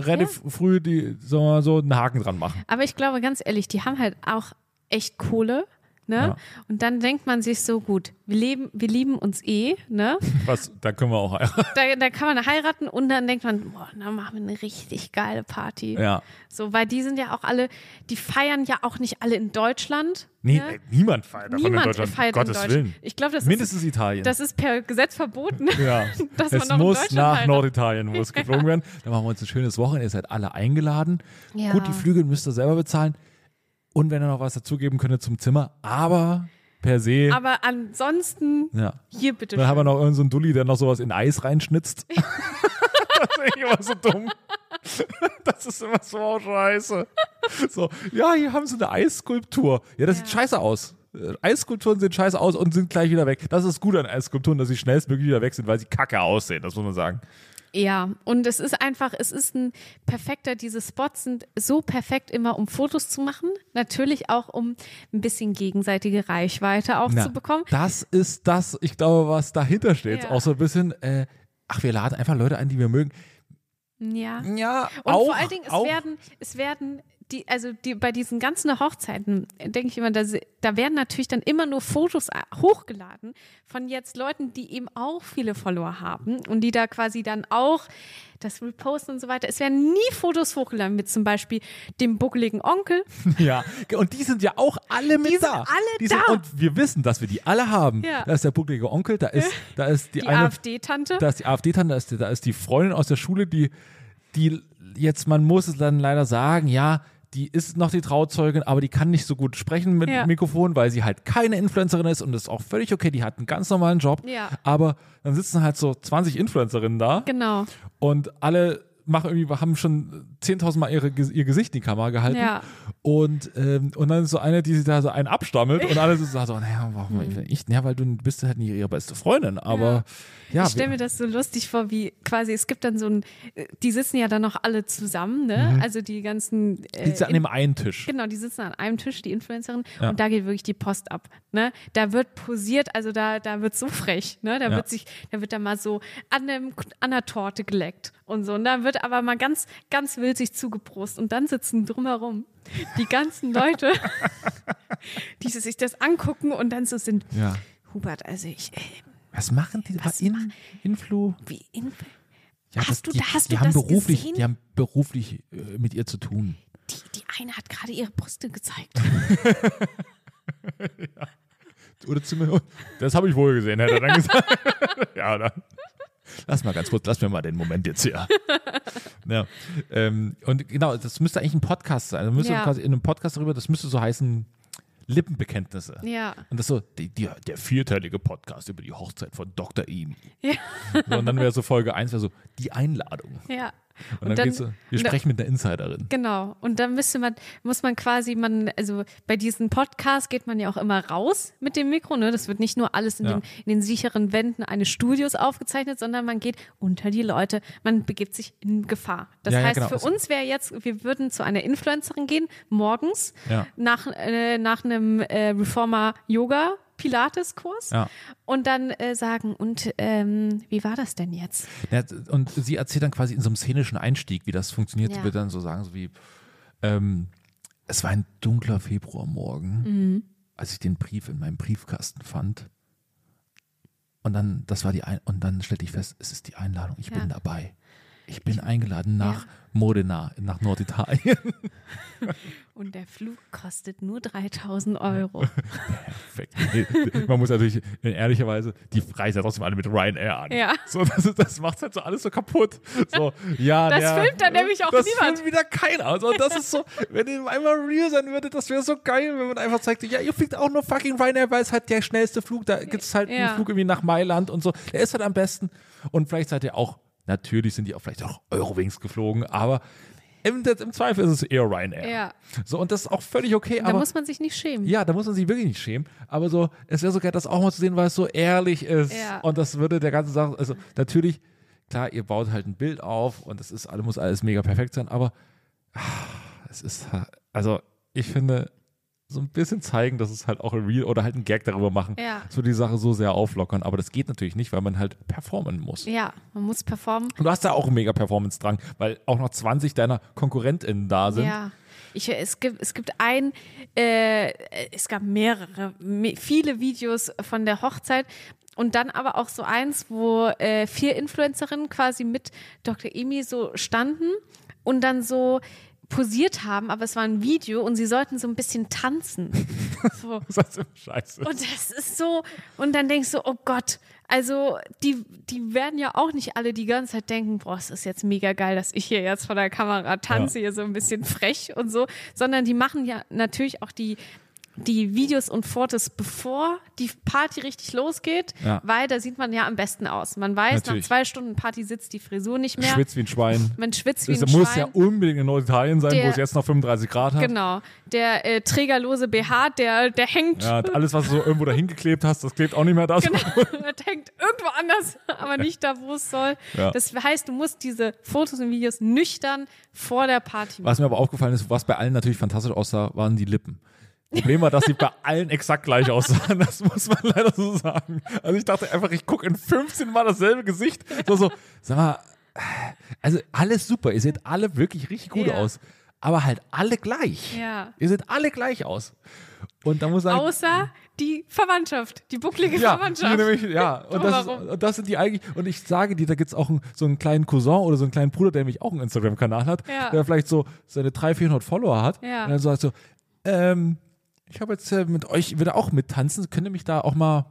[SPEAKER 3] relativ früh die, sagen wir mal so einen Haken dran
[SPEAKER 2] [laughs]
[SPEAKER 3] machen.
[SPEAKER 2] Aber ich glaube, ganz ehrlich, die haben halt auch echt Kohle. Ne?
[SPEAKER 3] Ja.
[SPEAKER 2] Und dann denkt man sich so, gut, wir, leben, wir lieben uns eh,
[SPEAKER 3] [laughs]
[SPEAKER 2] ne?
[SPEAKER 3] Was, da können wir auch heiraten.
[SPEAKER 2] Da, da kann man heiraten und dann denkt man, boah, dann machen wir eine richtig geile Party.
[SPEAKER 3] Ja.
[SPEAKER 2] So, weil die sind ja auch alle, die feiern ja auch nicht alle in Deutschland.
[SPEAKER 3] Nee,
[SPEAKER 2] ne?
[SPEAKER 3] äh, niemand feiert davon in
[SPEAKER 2] Niemand
[SPEAKER 3] Deutschland. um
[SPEAKER 2] feiert
[SPEAKER 3] Gottes
[SPEAKER 2] in Deutschland.
[SPEAKER 3] Willen.
[SPEAKER 2] Ich glaube, das, ist,
[SPEAKER 3] Mindestens Italien.
[SPEAKER 2] das ist per Gesetz verboten.
[SPEAKER 3] ja.
[SPEAKER 2] dass man
[SPEAKER 3] es
[SPEAKER 2] noch in Deutschland
[SPEAKER 3] muss
[SPEAKER 2] halt
[SPEAKER 3] nach
[SPEAKER 2] heiratet. [laughs]
[SPEAKER 3] Norditalien muss geflogen werden. Dann machen wir uns ein schönes Wochenende. Ihr seid alle eingeladen.
[SPEAKER 2] Ja.
[SPEAKER 3] Gut, die Flüge müsst ihr selber bezahlen. Und wenn ihr noch was dazugeben könntet zum Zimmer, aber per se.
[SPEAKER 2] [laughs] Aber ansonsten,
[SPEAKER 3] ja.
[SPEAKER 2] hier bitte.
[SPEAKER 3] Dann haben wir
[SPEAKER 2] schön.
[SPEAKER 3] noch irgendeinen so einen Dulli, der noch sowas in
[SPEAKER 2] [laughs]
[SPEAKER 3] Eis reinschnitzt. das ist echt immer so dumm. Das ist immer so scheiße. So, ja, hier haben sie eine Eisskulptur. Ja, das sieht scheiße aus. Äh, Eisskulpturen sehen scheiße aus und sind gleich wieder weg. Das ist gut an Eisskulpturen, dass sie schnellstmöglich wieder weg sind, weil sie kacke aussehen, das muss man sagen.
[SPEAKER 2] Ja, und es ist einfach, es ist ein perfekter, diese Spots sind so perfekt immer, um Fotos zu machen. Natürlich auch, um ein bisschen gegenseitige Reichweite auch
[SPEAKER 3] Na,
[SPEAKER 2] zu bekommen.
[SPEAKER 3] Das ist das, ich glaube, was dahinter steht.
[SPEAKER 2] Ja.
[SPEAKER 3] Auch so ein bisschen, äh, ach, wir laden einfach Leute ein, die wir mögen.
[SPEAKER 2] Ja. Und
[SPEAKER 3] Ja, auch,
[SPEAKER 2] vor allen Dingen, es
[SPEAKER 3] auch,
[SPEAKER 2] werden, es werden, die, also die, bei diesen ganzen Hochzeiten, äh, denke ich immer, da, se- da werden natürlich dann immer nur Fotos a- hochgeladen von jetzt Leuten, die eben auch viele Follower haben und die da quasi dann auch das reposten und so weiter. Es werden nie Fotos hochgeladen mit zum Beispiel dem buckeligen Onkel,
[SPEAKER 3] [laughs] Ja, und die sind ja auch alle mit
[SPEAKER 2] Die sind
[SPEAKER 3] da.
[SPEAKER 2] alle da.
[SPEAKER 3] und wir wissen, dass wir die alle haben.
[SPEAKER 2] Ja.
[SPEAKER 3] Da ist der bucklige Onkel,
[SPEAKER 2] [laughs]
[SPEAKER 3] da ist, da ist die,
[SPEAKER 2] die
[SPEAKER 3] eine,
[SPEAKER 2] AfD-Tante.
[SPEAKER 3] da ist die AfD-Tante, da ist, die- da ist die Freundin aus der Schule, die, die jetzt, man muss es dann leider sagen, ja, die ist noch die Trauzeugin, aber die kann nicht so gut sprechen mit
[SPEAKER 2] Ja.
[SPEAKER 3] Mikrofon, weil sie halt keine Influencerin ist und das ist auch völlig okay, die hat einen ganz normalen Job.
[SPEAKER 2] Ja.
[SPEAKER 3] Aber dann sitzen halt so 20 Influencerinnen da
[SPEAKER 2] Genau.
[SPEAKER 3] und alle machen irgendwie, haben schon 10.000 Mal ihre, ihr Gesicht in die Kamera gehalten.
[SPEAKER 2] Ja.
[SPEAKER 3] Und, ähm, und dann ist so eine, die sich da so einen abstammelt und alle so sagen so, naja, warum
[SPEAKER 2] Mhm.
[SPEAKER 3] ich, ja, weil du bist halt nicht ihre beste Freundin, aber ja.
[SPEAKER 2] ich stelle mir das so lustig vor, wie quasi, es gibt dann so ein, die sitzen ja dann noch alle zusammen, ne? Also die ganzen. Äh,
[SPEAKER 3] Mhm. die sitzt an
[SPEAKER 2] in-
[SPEAKER 3] dem einen Tisch.
[SPEAKER 2] Genau, die sitzen an einem Tisch, die Influencerin,
[SPEAKER 3] Ja.
[SPEAKER 2] und da geht wirklich die Post ab. Ne? Da wird posiert, also da, da wird so frech, ne? Da
[SPEAKER 3] Ja.
[SPEAKER 2] wird sich, da wird da mal so an, dem, an der Torte geleckt und so. Und da wird aber mal ganz, ganz wild sich zugeprost. Und dann sitzen drumherum die ganzen
[SPEAKER 3] [laughs]
[SPEAKER 2] Leute, [laughs] die sich das angucken und dann so sind.
[SPEAKER 3] Ja.
[SPEAKER 2] Hubert, also ich, äh,
[SPEAKER 3] Was machen die
[SPEAKER 2] Was
[SPEAKER 3] bei
[SPEAKER 2] ma-
[SPEAKER 3] in, Influ?
[SPEAKER 2] wie in,
[SPEAKER 3] Ja,
[SPEAKER 2] Hast
[SPEAKER 3] das-
[SPEAKER 2] du
[SPEAKER 3] die,
[SPEAKER 2] da- hast
[SPEAKER 3] die
[SPEAKER 2] du
[SPEAKER 3] haben
[SPEAKER 2] das
[SPEAKER 3] beruflich,
[SPEAKER 2] gesehen?
[SPEAKER 3] Die haben beruflich äh, mit ihr zu tun.
[SPEAKER 2] die, die eine hat gerade ihre Brüste gezeigt.
[SPEAKER 3] Oder zumindest. Das habe ich wohl gesehen, hätte er dann gesagt. [laughs] ja, dann. Lass mal ganz kurz, lass mir mal den Moment jetzt hier. ja. ähm, und genau, das müsste eigentlich ein Podcast sein. Also müsste
[SPEAKER 2] Ja.
[SPEAKER 3] quasi in einem Podcast darüber, das müsste so heißen Lippenbekenntnisse.
[SPEAKER 2] Ja.
[SPEAKER 3] Und das so, die, die, der vierteilige Podcast über die Hochzeit von Dr. Ihm.
[SPEAKER 2] Ja.
[SPEAKER 3] So, und dann wäre so Folge 1, wäre so die Einladung.
[SPEAKER 2] [laughs] Ja.
[SPEAKER 3] Und, dann, geht's so, wir
[SPEAKER 2] und dann-
[SPEAKER 3] sprechen mit einer Insiderin.
[SPEAKER 2] Genau. Und dann müsste man, muss man quasi, man, also bei diesem Podcast geht man ja auch immer raus mit dem Mikro, ne? Das wird nicht nur alles in,
[SPEAKER 3] Ja.
[SPEAKER 2] dem, in den sicheren Wänden eines Studios aufgezeichnet, sondern man geht unter die Leute. Man begibt sich in Gefahr. Das
[SPEAKER 3] Ja, ja,
[SPEAKER 2] heißt,
[SPEAKER 3] genau.
[SPEAKER 2] für
[SPEAKER 3] Es-
[SPEAKER 2] uns wäre jetzt, wir würden zu einer Influencerin gehen, morgens,
[SPEAKER 3] Ja.
[SPEAKER 2] nach, äh, nach einem äh, Reformer Yoga. Pilates-Kurs
[SPEAKER 3] Ja.
[SPEAKER 2] und dann äh, sagen, und ähm, wie war das denn jetzt?
[SPEAKER 3] Ja, und sie erzählt dann quasi in so einem szenischen Einstieg, wie das funktioniert. Sie
[SPEAKER 2] Ja.
[SPEAKER 3] wird dann so sagen, so wie, ähm, es war ein dunkler Februarmorgen,
[SPEAKER 2] Mhm.
[SPEAKER 3] als ich den Brief in meinem Briefkasten fand. Und dann, das war die Ein und dann stellte ich fest, es ist die Einladung, ich
[SPEAKER 2] Ja.
[SPEAKER 3] bin dabei. Ich bin eingeladen nach Modena, nach Norditalien.
[SPEAKER 2] Und der Flug kostet nur 3000 Euro.
[SPEAKER 3] Perfekt. Nee, Man muss natürlich in ehrlicher Weise, die reisen ja trotzdem alle mit Ryanair an.
[SPEAKER 2] Ja.
[SPEAKER 3] So, das, ist- das macht halt so alles so kaputt. So, ja,
[SPEAKER 2] Das
[SPEAKER 3] der,
[SPEAKER 2] filmt dann nämlich auch
[SPEAKER 3] das
[SPEAKER 2] niemand.
[SPEAKER 3] Das filmt wieder keiner. Also das ist so, wenn ihr einmal real sein würdet, das wäre so geil, wenn man einfach zeigt, ja, ihr fliegt auch nur fucking Ryanair, weil es halt der schnellste Flug, da gibt es halt
[SPEAKER 2] Ja.
[SPEAKER 3] einen Flug irgendwie nach Mailand und so. Der ist halt am besten. Und vielleicht seid ihr auch, natürlich sind die auch vielleicht auch Eurowings geflogen, aber im, im Zweifel ist es eher Ryanair.
[SPEAKER 2] Ja.
[SPEAKER 3] So, und das ist auch völlig okay.
[SPEAKER 2] Da
[SPEAKER 3] aber
[SPEAKER 2] muss man sich nicht schämen.
[SPEAKER 3] ja, da muss man sich wirklich nicht schämen. Aber so, es wäre so geil, das auch mal zu sehen, weil es so ehrlich ist.
[SPEAKER 2] Ja.
[SPEAKER 3] Und das würde der ganzen Sache, also natürlich, klar, ihr baut halt ein Bild auf und es ist, alles- muss alles mega perfekt sein, aber ah, es ist, ha- also ich finde, so ein bisschen zeigen, dass es halt auch real oder halt einen Gag darüber machen.
[SPEAKER 2] Ja.
[SPEAKER 3] Das würde die Sache so sehr auflockern, aber das geht natürlich nicht, weil man halt performen muss.
[SPEAKER 2] Ja, man muss performen.
[SPEAKER 3] Und du hast da auch einen mega Performance-Drang, weil auch noch 20 deiner KonkurrentInnen da sind.
[SPEAKER 2] Ja. Ich, es, gibt, es gibt ein, äh, es gab mehrere, me viele Videos von der Hochzeit und dann aber auch so eins, wo äh, vier Influencerinnen quasi mit Dr. Emi so standen und dann so posiert haben, aber es war ein Video und sie sollten so ein bisschen tanzen. So.
[SPEAKER 3] [laughs] Das ist also scheiße.
[SPEAKER 2] Und das ist so, und dann denkst du, oh Gott, also die, die werden ja auch nicht alle die ganze Zeit denken, boah, es ist jetzt mega geil, dass ich hier jetzt vor der Kamera tanze, hier so ein bisschen frech und so, sondern die machen ja natürlich auch die, die Videos und Fotos, bevor die Party richtig losgeht,
[SPEAKER 3] Ja.
[SPEAKER 2] weil da sieht man ja am besten aus. Man weiß,
[SPEAKER 3] Natürlich.
[SPEAKER 2] nach zwei Stunden Party sitzt die Frisur nicht mehr,
[SPEAKER 3] Schwitzt wie ein Schwein.
[SPEAKER 2] man schwitzt wie
[SPEAKER 3] Es
[SPEAKER 2] ein
[SPEAKER 3] muss
[SPEAKER 2] Schwein.
[SPEAKER 3] ja unbedingt in Norditalien sein, wo
[SPEAKER 2] Der-
[SPEAKER 3] es jetzt noch 35 Grad hat.
[SPEAKER 2] Genau, der äh, trägerlose BH, der, der hängt
[SPEAKER 3] Ja, alles, was du so irgendwo dahin geklebt hast, das klebt auch nicht mehr da.
[SPEAKER 2] Genau.
[SPEAKER 3] so.
[SPEAKER 2] [laughs] Das hängt irgendwo anders, aber nicht da, wo es soll.
[SPEAKER 3] Ja.
[SPEAKER 2] Das heißt, du musst diese Fotos und Videos nüchtern vor der Party machen.
[SPEAKER 3] Was mir aber aufgefallen ist, was bei allen natürlich fantastisch aussah, waren die Lippen. Problem war, dass sie bei allen exakt gleich aussahen. Das muss man leider so sagen. Also ich dachte einfach, ich gucke in 15 Mal dasselbe Gesicht. So, so, sag mal, also alles super. Ihr seht alle wirklich richtig gut
[SPEAKER 2] Ja.
[SPEAKER 3] aus. Aber halt alle gleich.
[SPEAKER 2] Ja.
[SPEAKER 3] Ihr seht alle gleich aus. Und da muss ich sagen,
[SPEAKER 2] Außer die Verwandtschaft, die bucklige
[SPEAKER 3] Ja, die
[SPEAKER 2] Verwandtschaft. [laughs]
[SPEAKER 3] nämlich, ja. Und das, ist,
[SPEAKER 2] Drumherum.
[SPEAKER 3] und das sind die eigentlich, und ich sage dir, da gibt's auch einen, so einen kleinen Cousin oder so einen kleinen Bruder, der nämlich auch einen Instagram-Kanal hat,
[SPEAKER 2] Ja.
[SPEAKER 3] der vielleicht so seine 300, 400 Follower hat.
[SPEAKER 2] Ja.
[SPEAKER 3] Und dann sagt so, ähm, ich habe jetzt äh, mit euch, würde auch mittanzen, könnt ihr mich da auch mal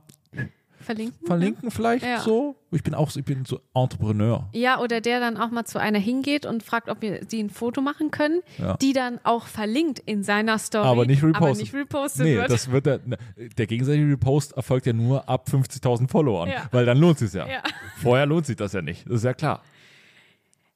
[SPEAKER 2] Verlinken. ne?
[SPEAKER 3] verlinken vielleicht
[SPEAKER 2] Mhm. Ja.
[SPEAKER 3] so? Ich bin auch so, ich bin so Entrepreneur.
[SPEAKER 2] Ja, oder der dann auch mal zu einer hingeht und fragt, ob wir die ein Foto machen können,
[SPEAKER 3] Ja.
[SPEAKER 2] die dann auch verlinkt in seiner Story,
[SPEAKER 3] Aber nicht repostet.
[SPEAKER 2] aber nicht repostet
[SPEAKER 3] nee,
[SPEAKER 2] wird.
[SPEAKER 3] das wird der, ne, der gegenseitige Repost erfolgt ja nur ab 50.000 Followern,
[SPEAKER 2] Ja.
[SPEAKER 3] weil dann lohnt sich's
[SPEAKER 2] [laughs]
[SPEAKER 3] ja.
[SPEAKER 2] Ja.
[SPEAKER 3] Vorher lohnt sich das ja nicht, das ist ja klar.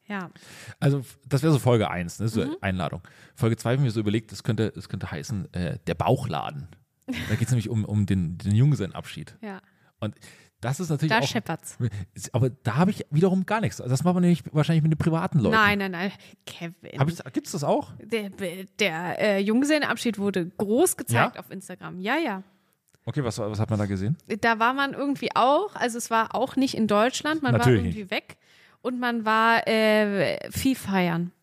[SPEAKER 2] Ja.
[SPEAKER 3] Also f- das wäre so Folge 1, ne? so
[SPEAKER 2] Mhm.
[SPEAKER 3] Einladung. Folge 2 habe ich mir so überlegt, das könnte, das könnte heißen, äh, der Bauchladen. Da geht es nämlich um, um den, den Junggesellenabschied.
[SPEAKER 2] Ja.
[SPEAKER 3] Und das ist natürlich
[SPEAKER 2] Da
[SPEAKER 3] auch,
[SPEAKER 2] scheppert's.
[SPEAKER 3] Ist- Aber da habe ich wiederum gar nichts. Also Das macht man nämlich wahrscheinlich mit den privaten Leuten.
[SPEAKER 2] Nein, nein, nein. Kevin.
[SPEAKER 3] Gibt es das auch?
[SPEAKER 2] Der, der äh, Junggesellenabschied wurde groß gezeigt
[SPEAKER 3] Ja?
[SPEAKER 2] auf Instagram. Ja, ja.
[SPEAKER 3] Okay, was, was hat man da gesehen?
[SPEAKER 2] Da war man irgendwie auch, also es war auch nicht in Deutschland, man
[SPEAKER 3] Natürlich
[SPEAKER 2] war irgendwie weg und man war äh, viel feiern.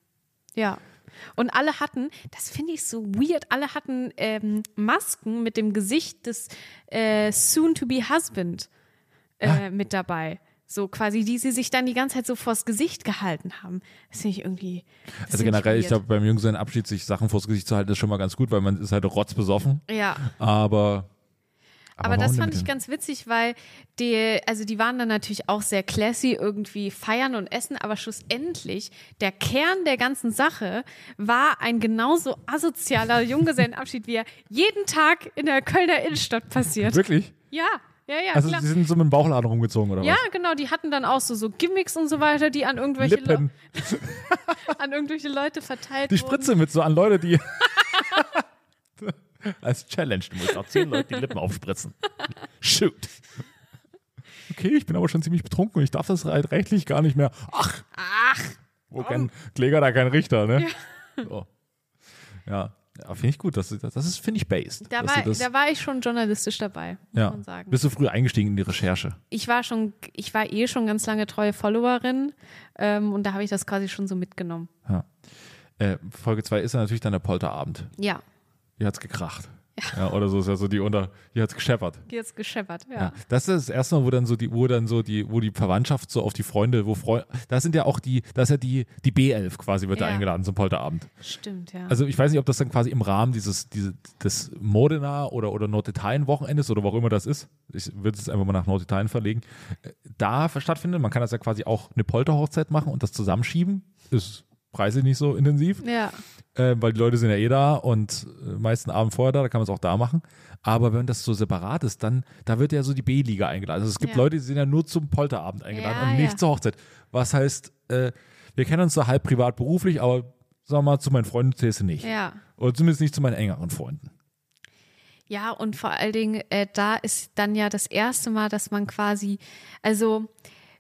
[SPEAKER 2] Ja. Und alle hatten, das finde ich so weird, alle hatten ähm, Masken mit dem Gesicht des äh, Soon-to-be-Husband äh,
[SPEAKER 3] Ah.
[SPEAKER 2] mit dabei. So quasi, die sie sich dann die ganze Zeit so vors Gesicht gehalten haben. Das finde ich irgendwie. das
[SPEAKER 3] Also
[SPEAKER 2] finde
[SPEAKER 3] generell, ich
[SPEAKER 2] weird.
[SPEAKER 3] glaube, beim Junggesellenabschied sich Sachen vors Gesicht zu halten, ist schon mal ganz gut, weil man ist halt rotzbesoffen.
[SPEAKER 2] Ja.
[SPEAKER 3] Aber.
[SPEAKER 2] Aber,
[SPEAKER 3] warum
[SPEAKER 2] das
[SPEAKER 3] denn
[SPEAKER 2] fand
[SPEAKER 3] mit
[SPEAKER 2] ich
[SPEAKER 3] dem-
[SPEAKER 2] ganz witzig, weil die, also die waren dann natürlich auch sehr classy, irgendwie feiern und essen, aber schlussendlich der Kern der ganzen Sache war ein genauso asozialer Junggesellenabschied, wie er jeden Tag in der Kölner Innenstadt passiert.
[SPEAKER 3] Wirklich?
[SPEAKER 2] Ja, ja, ja,
[SPEAKER 3] Also,
[SPEAKER 2] klar.
[SPEAKER 3] sie sind so mit dem Bauchladen rumgezogen, oder
[SPEAKER 2] Ja,
[SPEAKER 3] was?
[SPEAKER 2] genau, die hatten dann auch so, so Gimmicks und so weiter, die an irgendwelche, Le
[SPEAKER 3] Lippen.
[SPEAKER 2] an irgendwelche Leute verteilt
[SPEAKER 3] Die Spritze mit so an Leute, die. [laughs] Als Challenge. Du musst auch zehn Leute die Lippen aufspritzen. Shoot. Okay, ich bin aber schon ziemlich betrunken und ich darf das halt rechtlich gar nicht mehr. Ach! Ach! Wo kein Kläger, da kein Richter, ne? Ja. So. Ja. Ja, finde ich gut. Das, das das ist, finde ich, based.
[SPEAKER 2] Da
[SPEAKER 3] dass du
[SPEAKER 2] war,
[SPEAKER 3] das,
[SPEAKER 2] da war ich schon journalistisch dabei, muss
[SPEAKER 3] ja.
[SPEAKER 2] man sagen.
[SPEAKER 3] Bist du früh eingestiegen in die Recherche?
[SPEAKER 2] ich war schon, ich war eh schon ganz lange treue Followerin ähm, und da habe ich das quasi schon so mitgenommen.
[SPEAKER 3] Äh, Folge 2 ist ja natürlich dann der Polterabend.
[SPEAKER 2] Ja,
[SPEAKER 3] Hier hat's gekracht. Ja. oder so ist ja so die unter. Hier hat's gescheppert.
[SPEAKER 2] die ist gescheppert. Ja.
[SPEAKER 3] Ja. Das ist das erste Mal, wo dann so die, wo dann so die, wo die Verwandtschaft so auf die Freunde, wo Freunde, da sind ja auch die, da ist ja die, die B11 quasi wird da
[SPEAKER 2] Ja.
[SPEAKER 3] eingeladen zum Polterabend.
[SPEAKER 2] stimmt ja.
[SPEAKER 3] Also ich weiß nicht, ob das dann quasi im Rahmen dieses, diese, des Modena oder, oder Norditalien-Wochenendes oder wo auch immer das ist, ich würde es einfach mal nach Norditalien verlegen, äh, da stattfindet. Man kann das ja quasi auch eine Polterhochzeit machen und das zusammenschieben. Ist preislich nicht so intensiv
[SPEAKER 2] ja,
[SPEAKER 3] äh, weil die Leute sind ja eh da und äh, meisten Abend vorher da, da kann man es auch da machen. Aber wenn das so separat ist, dann da wird ja so die B-Liga eingeladen. Also es gibt
[SPEAKER 2] Ja.
[SPEAKER 3] Leute, die sind ja nur zum Polterabend eingeladen
[SPEAKER 2] Ja,
[SPEAKER 3] und nicht
[SPEAKER 2] ja.
[SPEAKER 3] zur Hochzeit. Was heißt, äh, wir kennen uns so halb privat beruflich, aber sag mal, zu meinen Freunden zählst du nicht.
[SPEAKER 2] ja.
[SPEAKER 3] Oder zumindest nicht zu meinen engeren Freunden.
[SPEAKER 2] Ja, und vor allen Dingen, äh, da ist dann ja das erste Mal, dass man quasi, also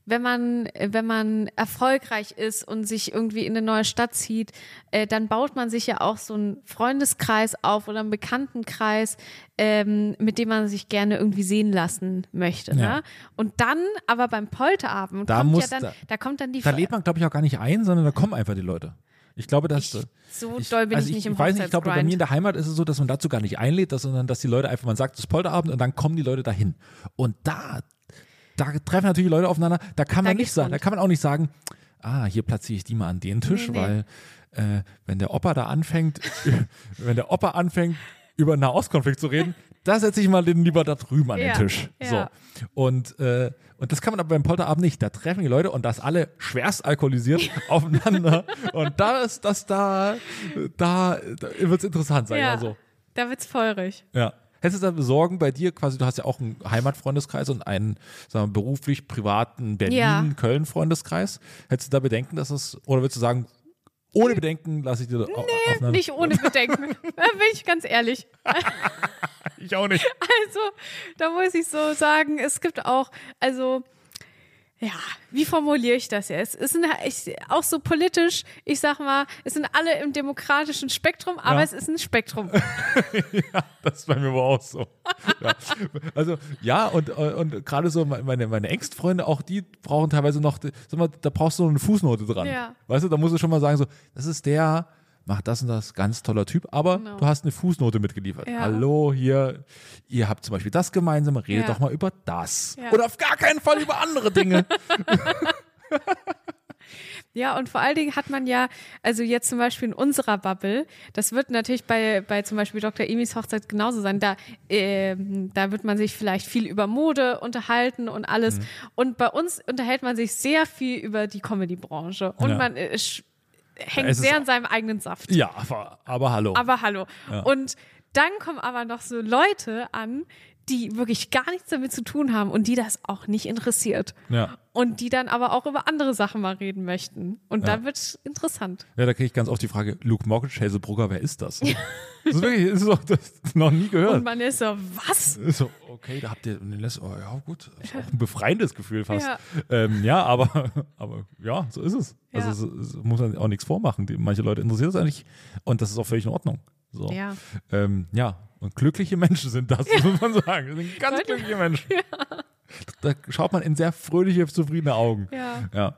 [SPEAKER 2] wenn man, äh, wenn man erfolgreich ist und sich irgendwie in eine neue Stadt zieht, äh, dann baut man sich ja auch so einen Freundeskreis auf oder einen Bekanntenkreis, ähm, mit dem man sich gerne irgendwie sehen lassen möchte.
[SPEAKER 3] Ja.
[SPEAKER 2] Ne? Und dann, aber beim Polterabend
[SPEAKER 3] Da
[SPEAKER 2] kommt
[SPEAKER 3] muss-
[SPEAKER 2] ja dann,
[SPEAKER 3] da-
[SPEAKER 2] da, kommt dann die
[SPEAKER 3] Da
[SPEAKER 2] Ver-
[SPEAKER 3] lädt man, glaube ich, auch gar nicht ein, sondern da kommen einfach die Leute. Ich glaube, dass.
[SPEAKER 2] so doll bin ich nicht im
[SPEAKER 3] Ich weiß nicht, ich glaube, bei mir in
[SPEAKER 2] Hochzeitsgrind.
[SPEAKER 3] der Heimat ist es so, dass man dazu gar nicht einlädt, dass- sondern dass die Leute einfach, man sagt, es ist Polterabend und dann kommen die Leute dahin. Und da, da treffen natürlich Leute aufeinander, da kann
[SPEAKER 2] Da
[SPEAKER 3] man nicht
[SPEAKER 2] geht's
[SPEAKER 3] sagen,
[SPEAKER 2] rund.
[SPEAKER 3] da kann man auch nicht sagen, ah, hier platziere ich die mal an den Tisch,
[SPEAKER 2] Nee, nee.
[SPEAKER 3] weil äh, wenn der Opa da anfängt, [laughs] wenn der Opa anfängt, über einen Nahostkonflikt zu reden, da setze ich mal den lieber da drüben an
[SPEAKER 2] Ja,
[SPEAKER 3] den Tisch.
[SPEAKER 2] ja.
[SPEAKER 3] So. Und, äh, und das kann man aber beim Polterabend nicht. Da treffen die Leute und das alle
[SPEAKER 2] [laughs]
[SPEAKER 3] schwerst alkoholisiert aufeinander. Und da ist das da, da, da wird es interessant, sag ich
[SPEAKER 2] ja,
[SPEAKER 3] mal so.
[SPEAKER 2] da wird's feurig.
[SPEAKER 3] Ja. Hättest du da Sorgen bei dir, quasi, du hast ja auch einen Heimatfreundeskreis und einen, sagen wir, beruflich privaten
[SPEAKER 2] Ja.
[SPEAKER 3] Berlin-Köln-Freundeskreis. Hättest du da Bedenken, dass das, oder würdest du sagen, ohne Bedenken lasse ich dir nee, aufeinander?
[SPEAKER 2] Nicht ohne
[SPEAKER 3] [laughs]
[SPEAKER 2] Bedenken, Da bin ich ganz ehrlich.
[SPEAKER 3] Ich auch nicht.
[SPEAKER 2] Also, da muss ich so sagen, es gibt auch, also, ja, wie formuliere ich das jetzt? Es sind halt, ich, auch so politisch, ich sag mal, es sind alle im demokratischen Spektrum, aber
[SPEAKER 3] Ja.
[SPEAKER 2] es ist ein Spektrum.
[SPEAKER 3] Das ist bei mir aber auch so. Ja. Also ja, und, und gerade so meine, meine Ängstfreunde, auch die brauchen teilweise noch, sag mal, da brauchst du noch eine Fußnote dran.
[SPEAKER 2] Ja.
[SPEAKER 3] Weißt du, da musst du schon mal sagen, so, das ist der, macht das und das, ganz toller Typ, aber
[SPEAKER 2] Genau.
[SPEAKER 3] du hast eine Fußnote mitgeliefert.
[SPEAKER 2] Ja.
[SPEAKER 3] Hallo, hier, ihr habt zum Beispiel das gemeinsam, redet
[SPEAKER 2] Ja.
[SPEAKER 3] doch mal über das.
[SPEAKER 2] Ja.
[SPEAKER 3] Oder auf gar keinen Fall über andere Dinge.
[SPEAKER 2] [laughs] Ja, und vor allen Dingen hat man ja, also jetzt zum Beispiel in unserer Bubble, das wird natürlich bei, bei zum Beispiel Dr. Emis Hochzeit genauso sein. Da, ähm, da wird man sich vielleicht viel über Mode unterhalten und alles.
[SPEAKER 3] Mhm.
[SPEAKER 2] Und bei uns unterhält man sich sehr viel über die Comedy-Branche. Und
[SPEAKER 3] Ja.
[SPEAKER 2] man äh, sch- hängt
[SPEAKER 3] Es ist
[SPEAKER 2] sehr in seinem eigenen Saft.
[SPEAKER 3] ja, aber, aber hallo.
[SPEAKER 2] Aber hallo. Und dann kommen aber noch so Leute an, die wirklich gar nichts damit zu tun haben und die das auch nicht interessiert.
[SPEAKER 3] Ja.
[SPEAKER 2] Und die dann aber auch über andere Sachen mal reden möchten. Und dann wird es interessant.
[SPEAKER 3] Ja, da kriege ich ganz oft die Frage, Luke Mockridge, Hazelbrugger, wer ist
[SPEAKER 2] [laughs]
[SPEAKER 3] das? das ist wirklich, das ist auch, das noch nie
[SPEAKER 2] Und
[SPEAKER 3] gehört.
[SPEAKER 2] man ist so, was?
[SPEAKER 3] So, okay, da habt ihr, und dann lässt- oh, ja gut, ist
[SPEAKER 2] [laughs]
[SPEAKER 3] auch ein befreiendes Gefühl fast.
[SPEAKER 2] Ja.
[SPEAKER 3] Ja, ähm, ja aber, [laughs] aber ja, so ist es.
[SPEAKER 2] Ja.
[SPEAKER 3] Also es, es muss man auch nichts vormachen. Die, manche Leute interessiert es eigentlich und das ist auch völlig in Ordnung. So.
[SPEAKER 2] Ja.
[SPEAKER 3] Ähm, ja, und glückliche Menschen sind das, [laughs] muss man sagen. Das sind ganz glückliche Menschen. Da schaut man in sehr fröhliche, zufriedene Augen.
[SPEAKER 2] Ja.
[SPEAKER 3] Ja.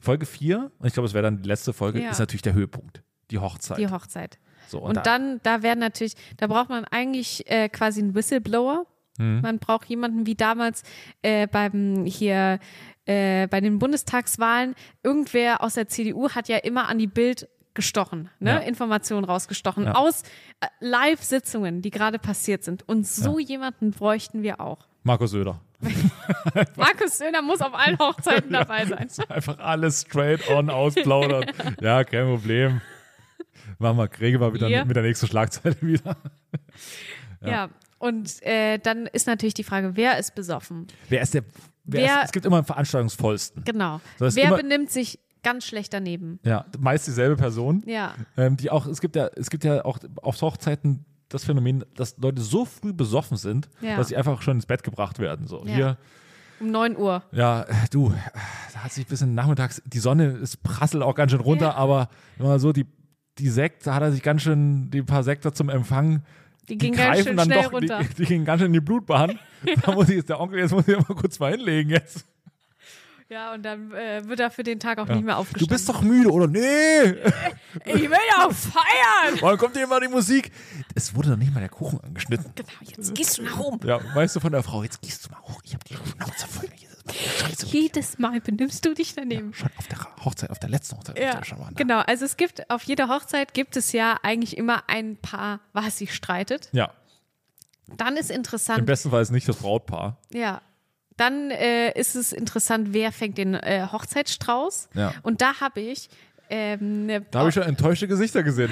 [SPEAKER 3] Folge 4, und ich glaube, es wäre dann die letzte Folge,
[SPEAKER 2] Ja.
[SPEAKER 3] ist natürlich der Höhepunkt. Die Hochzeit.
[SPEAKER 2] Die Hochzeit.
[SPEAKER 3] so,
[SPEAKER 2] Und, dann, da werden natürlich, da braucht man eigentlich äh, quasi einen Whistleblower.
[SPEAKER 3] Mhm.
[SPEAKER 2] Man braucht jemanden wie damals äh, beim hier äh, bei den Bundestagswahlen. Irgendwer aus der CDU hat ja immer an die Bild gestochen, ne?
[SPEAKER 3] Ja.
[SPEAKER 2] Informationen rausgestochen
[SPEAKER 3] Ja.
[SPEAKER 2] aus äh, Live-Sitzungen, die gerade passiert sind. Und so jemanden bräuchten wir auch.
[SPEAKER 3] Markus Söder.
[SPEAKER 2] Markus Söder muss auf allen Hochzeiten dabei
[SPEAKER 3] [laughs]
[SPEAKER 2] sein.
[SPEAKER 3] Einfach alles straight
[SPEAKER 2] [laughs]
[SPEAKER 3] on ausplaudern. ja, kein Problem. Machen wir, kriegen wir wieder
[SPEAKER 2] Ja.
[SPEAKER 3] mit der nächsten Schlagzeile wieder.
[SPEAKER 2] Ja. Und äh, dann ist natürlich die Frage, wer ist besoffen?
[SPEAKER 3] Wer ist der. Wer
[SPEAKER 2] Wer-
[SPEAKER 3] ist, es gibt immer einen Veranstaltungsvollsten.
[SPEAKER 2] Genau.
[SPEAKER 3] So, das ist
[SPEAKER 2] wer
[SPEAKER 3] immer-
[SPEAKER 2] benimmt sich ganz schlecht daneben?
[SPEAKER 3] Ja, meist dieselbe Person.
[SPEAKER 2] Ja.
[SPEAKER 3] Ähm, die auch, es gibt ja, es gibt ja auch auf Hochzeiten das Phänomen, dass Leute so früh besoffen sind,
[SPEAKER 2] Ja.
[SPEAKER 3] dass sie einfach schon ins Bett gebracht werden. So,
[SPEAKER 2] Ja.
[SPEAKER 3] hier,
[SPEAKER 2] Um 9 Uhr.
[SPEAKER 3] ja, äh, du, äh, da hat sich ein bisschen nachmittags, die Sonne ist prasselt auch ganz schön runter, aber wenn man so die, die Sekt, da hat er sich ganz schön, die paar Sektor zum Empfang,
[SPEAKER 2] Die
[SPEAKER 3] die
[SPEAKER 2] ging ganz
[SPEAKER 3] greifen
[SPEAKER 2] schön
[SPEAKER 3] dann
[SPEAKER 2] schnell
[SPEAKER 3] doch,
[SPEAKER 2] runter.
[SPEAKER 3] Die, die gehen ganz schön in
[SPEAKER 2] [laughs]
[SPEAKER 3] die Blutbahn. Da muss ich jetzt, der Onkel, jetzt muss ich mal kurz mal hinlegen jetzt.
[SPEAKER 2] Ja, und dann äh, wird er für den Tag auch nicht mehr
[SPEAKER 3] Du
[SPEAKER 2] aufgestanden.
[SPEAKER 3] bist doch müde, oder? Nee!
[SPEAKER 2] ich will auch
[SPEAKER 3] [laughs]
[SPEAKER 2] feiern!
[SPEAKER 3] Wann kommt denn mal die Musik? Es wurde noch nicht mal der Kuchen angeschnitten.
[SPEAKER 2] Genau, jetzt gehst du nach oben.
[SPEAKER 3] Ja, weißt du von der Frau, jetzt gehst du mal hoch, ich habe die Schnauze voll. Hier ist meine Scheiße.
[SPEAKER 2] Jedes Mal benimmst du dich daneben.
[SPEAKER 3] Schon auf der Hochzeit, auf der letzten Hochzeit.
[SPEAKER 2] Ja,
[SPEAKER 3] schon mal ne?
[SPEAKER 2] genau. Also es gibt, auf jeder Hochzeit gibt es ja eigentlich immer ein Paar, was sich streitet.
[SPEAKER 3] ja,
[SPEAKER 2] Dann ist
[SPEAKER 3] im
[SPEAKER 2] interessant,
[SPEAKER 3] besten Fall ist nicht das Brautpaar.
[SPEAKER 2] ja, dann äh, ist es interessant, wer fängt den äh, Hochzeitsstrauß.
[SPEAKER 3] Ja.
[SPEAKER 2] Und da habe ich ähm, ne-
[SPEAKER 3] Da habe ich schon enttäuschte Gesichter gesehen.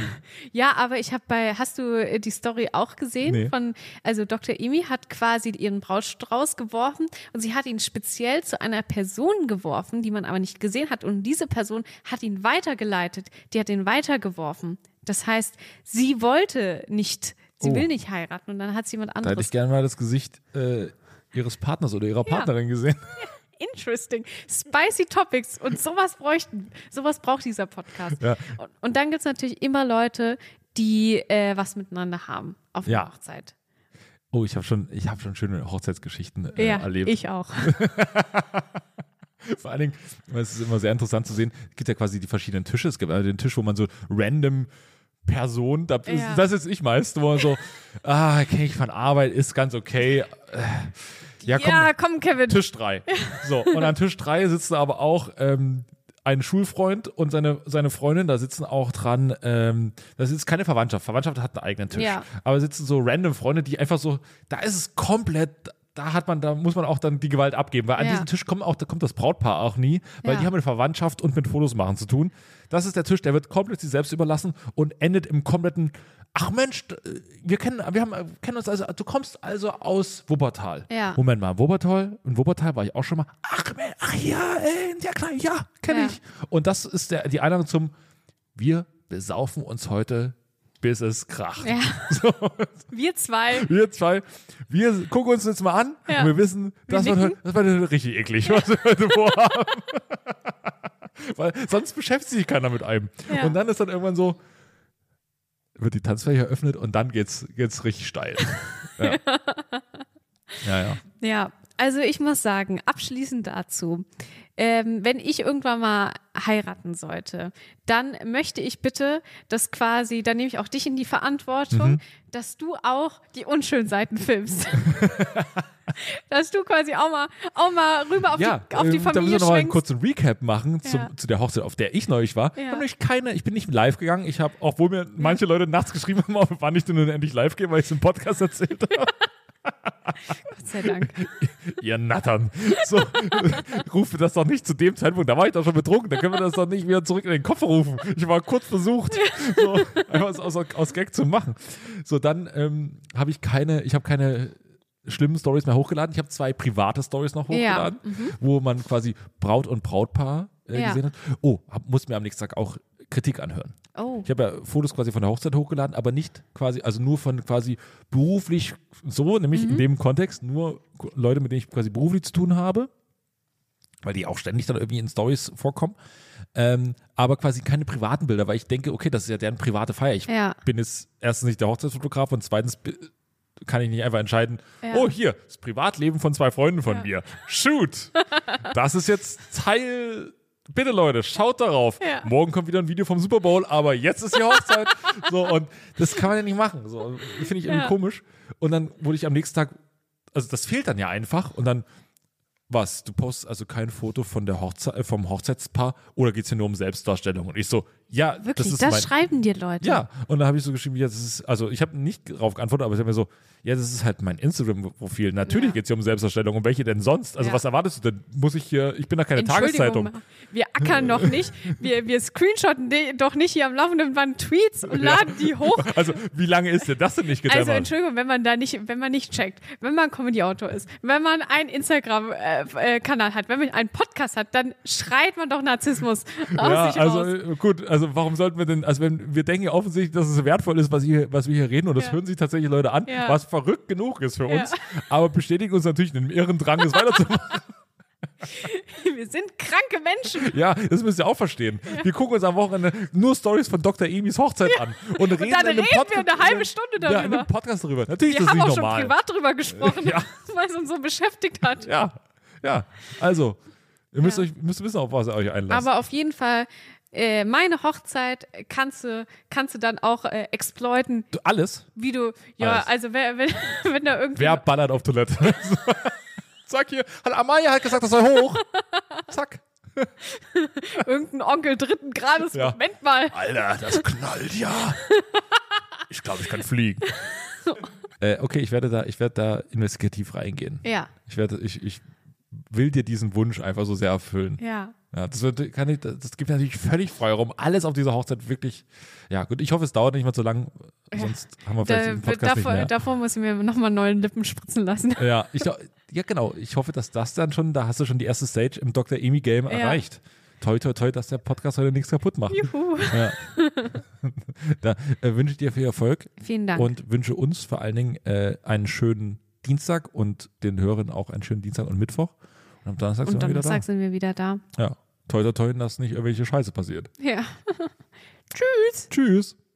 [SPEAKER 2] Ja, aber ich habe bei, hast du äh, die Story auch gesehen?
[SPEAKER 3] Nee.
[SPEAKER 2] Von, also Dr. Emi hat quasi ihren Brautstrauß geworfen und sie hat ihn speziell zu einer Person geworfen, die man aber nicht gesehen hat. Und diese Person hat ihn weitergeleitet, die hat ihn weitergeworfen. Das heißt, sie wollte nicht, sie
[SPEAKER 3] Oh.
[SPEAKER 2] will nicht heiraten und dann hat sie jemand
[SPEAKER 3] Da hätte ich
[SPEAKER 2] anderes.
[SPEAKER 3] gerne mal das Gesicht äh, ihres Partners oder ihrer Partnerin gesehen.
[SPEAKER 2] Interesting. Spicy Topics und sowas bräuchten, sowas braucht dieser Podcast.
[SPEAKER 3] Ja.
[SPEAKER 2] Und, und dann gibt's natürlich immer Leute, die äh, was miteinander haben auf der
[SPEAKER 3] Ja.
[SPEAKER 2] Hochzeit.
[SPEAKER 3] Oh, ich habe schon, ich habe schon schöne Hochzeitsgeschichten äh,
[SPEAKER 2] Ja,
[SPEAKER 3] erlebt.
[SPEAKER 2] ich auch.
[SPEAKER 3] [laughs] Vor allen Dingen, es ist immer sehr interessant zu sehen, es gibt ja quasi die verschiedenen Tische. Es gibt also den Tisch, wo man so random Personen, da,
[SPEAKER 2] Ja.
[SPEAKER 3] das ist ich meist, wo man so, ah, kenne ich von Arbeit, ist ganz okay. äh, Ja, komm,
[SPEAKER 2] ja, komm, Kevin.
[SPEAKER 3] Tisch 3. So, und an Tisch 3 sitzen aber auch ähm, ein Schulfreund und seine, seine Freundin, da sitzen auch dran, ähm, das ist keine Verwandtschaft, Verwandtschaft hat einen eigenen Tisch.
[SPEAKER 2] Ja.
[SPEAKER 3] Aber sitzen so random Freunde, die einfach so, da ist es komplett, da hat man, da muss man auch dann die Gewalt abgeben, weil an
[SPEAKER 2] Ja.
[SPEAKER 3] diesen Tisch kommen auch, da kommt das Brautpaar auch nie, weil
[SPEAKER 2] Ja.
[SPEAKER 3] die haben mit Verwandtschaft und mit Fotos machen zu tun. Das ist der Tisch, der wird komplett sich selbst überlassen und endet im kompletten, ach Mensch, d- äh, wir kennen, wir haben, kennen uns also, du kommst also aus Wuppertal.
[SPEAKER 2] Ja.
[SPEAKER 3] Moment mal, Wuppertal, in Wuppertal war ich auch schon mal. Ach, Mensch, ach ja, äh, ja klar, ja, kenne
[SPEAKER 2] Ja.
[SPEAKER 3] ich. Und das ist der, die Einladung zum Wir besaufen uns heute, bis es kracht.
[SPEAKER 2] Ja.
[SPEAKER 3] [laughs] So,
[SPEAKER 2] Wir zwei.
[SPEAKER 3] wir zwei, wir gucken uns jetzt mal an
[SPEAKER 2] Ja.
[SPEAKER 3] und wir wissen, das wird,
[SPEAKER 2] nicken.
[SPEAKER 3] heute, das wird heute richtig eklig, was wir heute vorhaben. [laughs] Weil sonst beschäftigt sich keiner mit einem.
[SPEAKER 2] Ja.
[SPEAKER 3] Und dann ist dann irgendwann so, wird die Tanzfläche eröffnet und dann geht's, geht's
[SPEAKER 2] [laughs]
[SPEAKER 3] richtig steil. Ja, ja. ja.
[SPEAKER 2] Ja, also ich muss sagen, abschließend dazu, ähm, wenn ich irgendwann mal heiraten sollte, dann möchte ich bitte, dass quasi, dann nehme ich auch dich in die Verantwortung,
[SPEAKER 3] Mhm.
[SPEAKER 2] dass du auch die unschönen Seiten filmst.
[SPEAKER 3] [laughs]
[SPEAKER 2] dass du quasi auch mal, auch mal rüber auf die, auf die
[SPEAKER 3] ähm, Da
[SPEAKER 2] Familie
[SPEAKER 3] müssen wir noch mal einen
[SPEAKER 2] schwenkst.
[SPEAKER 3] kurzen Recap machen zum,
[SPEAKER 2] Ja.
[SPEAKER 3] zu der Hochzeit, auf der ich neulich war.
[SPEAKER 2] Ja.
[SPEAKER 3] Ich, nämlich keine, ich bin nicht live gegangen. Ich habe, obwohl mir manche Leute nachts geschrieben haben, [laughs] ob- wann ich denn nun endlich live gehe, weil ich es im Podcast erzählt habe.
[SPEAKER 2] Gott sei Dank.
[SPEAKER 3] Ihr Nattern. So, [laughs] rufe das doch nicht zu dem Zeitpunkt. Da war ich doch schon betrunken. Da können wir das doch nicht wieder zurück in den Koffer rufen. Ich war kurz versucht, so, einfach aus, aus, aus Gag zu machen. So, dann ähm, habe ich keine, ich habe keine schlimmen Stories mehr hochgeladen. Ich habe zwei private Stories noch
[SPEAKER 2] Ja, mhm.
[SPEAKER 3] hochgeladen, wo man quasi Braut und Brautpaar äh,
[SPEAKER 2] Ja.
[SPEAKER 3] gesehen hat. Oh, hab, muss mir am nächsten Tag auch Kritik anhören.
[SPEAKER 2] Oh.
[SPEAKER 3] Ich habe ja Fotos quasi von der Hochzeit hochgeladen, aber nicht quasi, also nur von quasi beruflich so, nämlich in dem Kontext, nur Ko- Leute, mit denen ich quasi beruflich zu tun habe, weil die auch ständig dann irgendwie in Stories vorkommen. Ähm, aber quasi keine privaten Bilder, weil ich denke, okay, das ist ja deren private Feier. Ich
[SPEAKER 2] Ja.
[SPEAKER 3] bin jetzt erstens nicht der Hochzeitsfotograf und zweitens bi- kann ich nicht einfach entscheiden,
[SPEAKER 2] Ja.
[SPEAKER 3] oh hier, das Privatleben von zwei Freunden von
[SPEAKER 2] Ja.
[SPEAKER 3] mir. Shoot! Das ist jetzt Teil. Bitte Leute, schaut darauf.
[SPEAKER 2] Ja.
[SPEAKER 3] Morgen kommt wieder ein Video vom Super Bowl, aber jetzt ist
[SPEAKER 2] [laughs]
[SPEAKER 3] die Hochzeit. so, und das kann man ja nicht machen. So, Finde ich irgendwie
[SPEAKER 2] Ja.
[SPEAKER 3] komisch. Und dann wurde ich am nächsten Tag, also das fehlt dann ja einfach. Und dann, was, du postest also kein Foto von der Hochze äh, vom Hochzeitspaar oder geht es hier nur um Selbstdarstellung? Und ich so, ja, das
[SPEAKER 2] Wirklich,
[SPEAKER 3] ist
[SPEAKER 2] das,
[SPEAKER 3] mein,
[SPEAKER 2] schreiben dir Leute.
[SPEAKER 3] ja, und da habe ich so geschrieben, ja, das ist, also ich habe nicht darauf geantwortet, aber ich habe mir so, ja, das ist halt mein Instagram-Profil. Natürlich
[SPEAKER 2] Ja.
[SPEAKER 3] geht es hier um Selbstdarstellung und welche denn sonst? Also
[SPEAKER 2] Ja.
[SPEAKER 3] was erwartest du denn? Muss ich hier, ich bin da keine Tageszeitung.
[SPEAKER 2] Wir ackern noch nicht. Wir, wir screenshotten de- doch nicht hier am laufenden Band Tweets und laden die hoch.
[SPEAKER 3] Also wie lange ist denn das denn nicht
[SPEAKER 2] Also
[SPEAKER 3] gedämmert?
[SPEAKER 2] Entschuldigung, wenn man da nicht, wenn man nicht checkt, wenn man Comedy-Autor ist, wenn man einen Instagram-Kanal hat, wenn man einen Podcast hat, dann schreit man doch Narzissmus aus
[SPEAKER 3] ja,
[SPEAKER 2] sich
[SPEAKER 3] also
[SPEAKER 2] raus.
[SPEAKER 3] äh, gut, also warum sollten wir denn, also wenn wir denken ja offensichtlich, dass es wertvoll ist, was, hier, was wir hier reden und das
[SPEAKER 2] Ja.
[SPEAKER 3] hören sich tatsächlich Leute an,
[SPEAKER 2] Ja.
[SPEAKER 3] was verrückt genug ist für
[SPEAKER 2] Ja.
[SPEAKER 3] uns, aber bestätigen uns natürlich einen irren
[SPEAKER 2] [laughs]
[SPEAKER 3] Drang, das weiterzumachen.
[SPEAKER 2] Wir sind kranke Menschen.
[SPEAKER 3] Ja, das müsst ihr auch verstehen. Wir gucken uns am Wochenende nur Stories von Dr. Emis Hochzeit an
[SPEAKER 2] Und
[SPEAKER 3] und reden,
[SPEAKER 2] dann
[SPEAKER 3] in einem
[SPEAKER 2] reden wir
[SPEAKER 3] Podcast-
[SPEAKER 2] eine halbe Stunde
[SPEAKER 3] Ja, in
[SPEAKER 2] darüber.
[SPEAKER 3] einem Podcast darüber. Natürlich
[SPEAKER 2] wir
[SPEAKER 3] ist das
[SPEAKER 2] haben
[SPEAKER 3] nicht
[SPEAKER 2] auch
[SPEAKER 3] normal.
[SPEAKER 2] schon privat drüber gesprochen,
[SPEAKER 3] [laughs] Ja.
[SPEAKER 2] weil es uns so beschäftigt hat.
[SPEAKER 3] ja, ja. Also, ihr müsst, euch, müsst wissen, auf was ihr euch einlasst.
[SPEAKER 2] Aber auf jeden Fall, äh, meine Hochzeit kannst du, kannst du dann auch äh, exploiten,
[SPEAKER 3] Du- Alles.
[SPEAKER 2] wie du, ja,
[SPEAKER 3] Alles.
[SPEAKER 2] also wer, [laughs] wenn, wenn da irgendwie.
[SPEAKER 3] Wer ballert auf Toilette? [laughs] Zack hier. Hat Amaya hat gesagt, das soll hoch. Zack.
[SPEAKER 2] irgendein Onkel dritten Grades,
[SPEAKER 3] Ja.
[SPEAKER 2] Moment mal.
[SPEAKER 3] Alter, das knallt ja. Ich glaube, ich
[SPEAKER 2] [laughs]
[SPEAKER 3] kann fliegen. äh, okay, ich werde da, ich werde da investigativ reingehen.
[SPEAKER 2] Ja,
[SPEAKER 3] Ich werde, ich, ich will dir diesen Wunsch einfach so sehr erfüllen.
[SPEAKER 2] ja.
[SPEAKER 3] Ja, das, wird, kann ich, das gibt natürlich völlig Freiraum, alles auf dieser Hochzeit wirklich. Ja, gut, ich hoffe, es dauert nicht mal so lang, sonst haben wir vielleicht
[SPEAKER 2] Da,
[SPEAKER 3] den Podcast
[SPEAKER 2] davor,
[SPEAKER 3] nicht mehr.
[SPEAKER 2] davor muss ich mir nochmal neuen Lippen spritzen lassen. [laughs]
[SPEAKER 3] Ja, ich, glaub- ja, genau. Ich hoffe, dass das dann schon, da hast du schon die erste Stage im Dr. Emi Game erreicht. Toi, toi, toi, dass der Podcast heute nichts kaputt macht.
[SPEAKER 2] Juhu.
[SPEAKER 3] Ja. [laughs] da äh, wünsche ich dir viel Erfolg
[SPEAKER 2] Vielen Dank.
[SPEAKER 3] und wünsche uns vor allen Dingen äh, einen schönen Dienstag und den Hörern auch einen schönen Dienstag und Mittwoch. Und am Donnerstag
[SPEAKER 2] Und
[SPEAKER 3] sind wir wieder
[SPEAKER 2] Donnerstag
[SPEAKER 3] da.
[SPEAKER 2] sind wir wieder da.
[SPEAKER 3] Ja. Toi, toi, toi, dass nicht irgendwelche Scheiße passiert.
[SPEAKER 2] Ja. Tschüss.
[SPEAKER 3] Tschüss.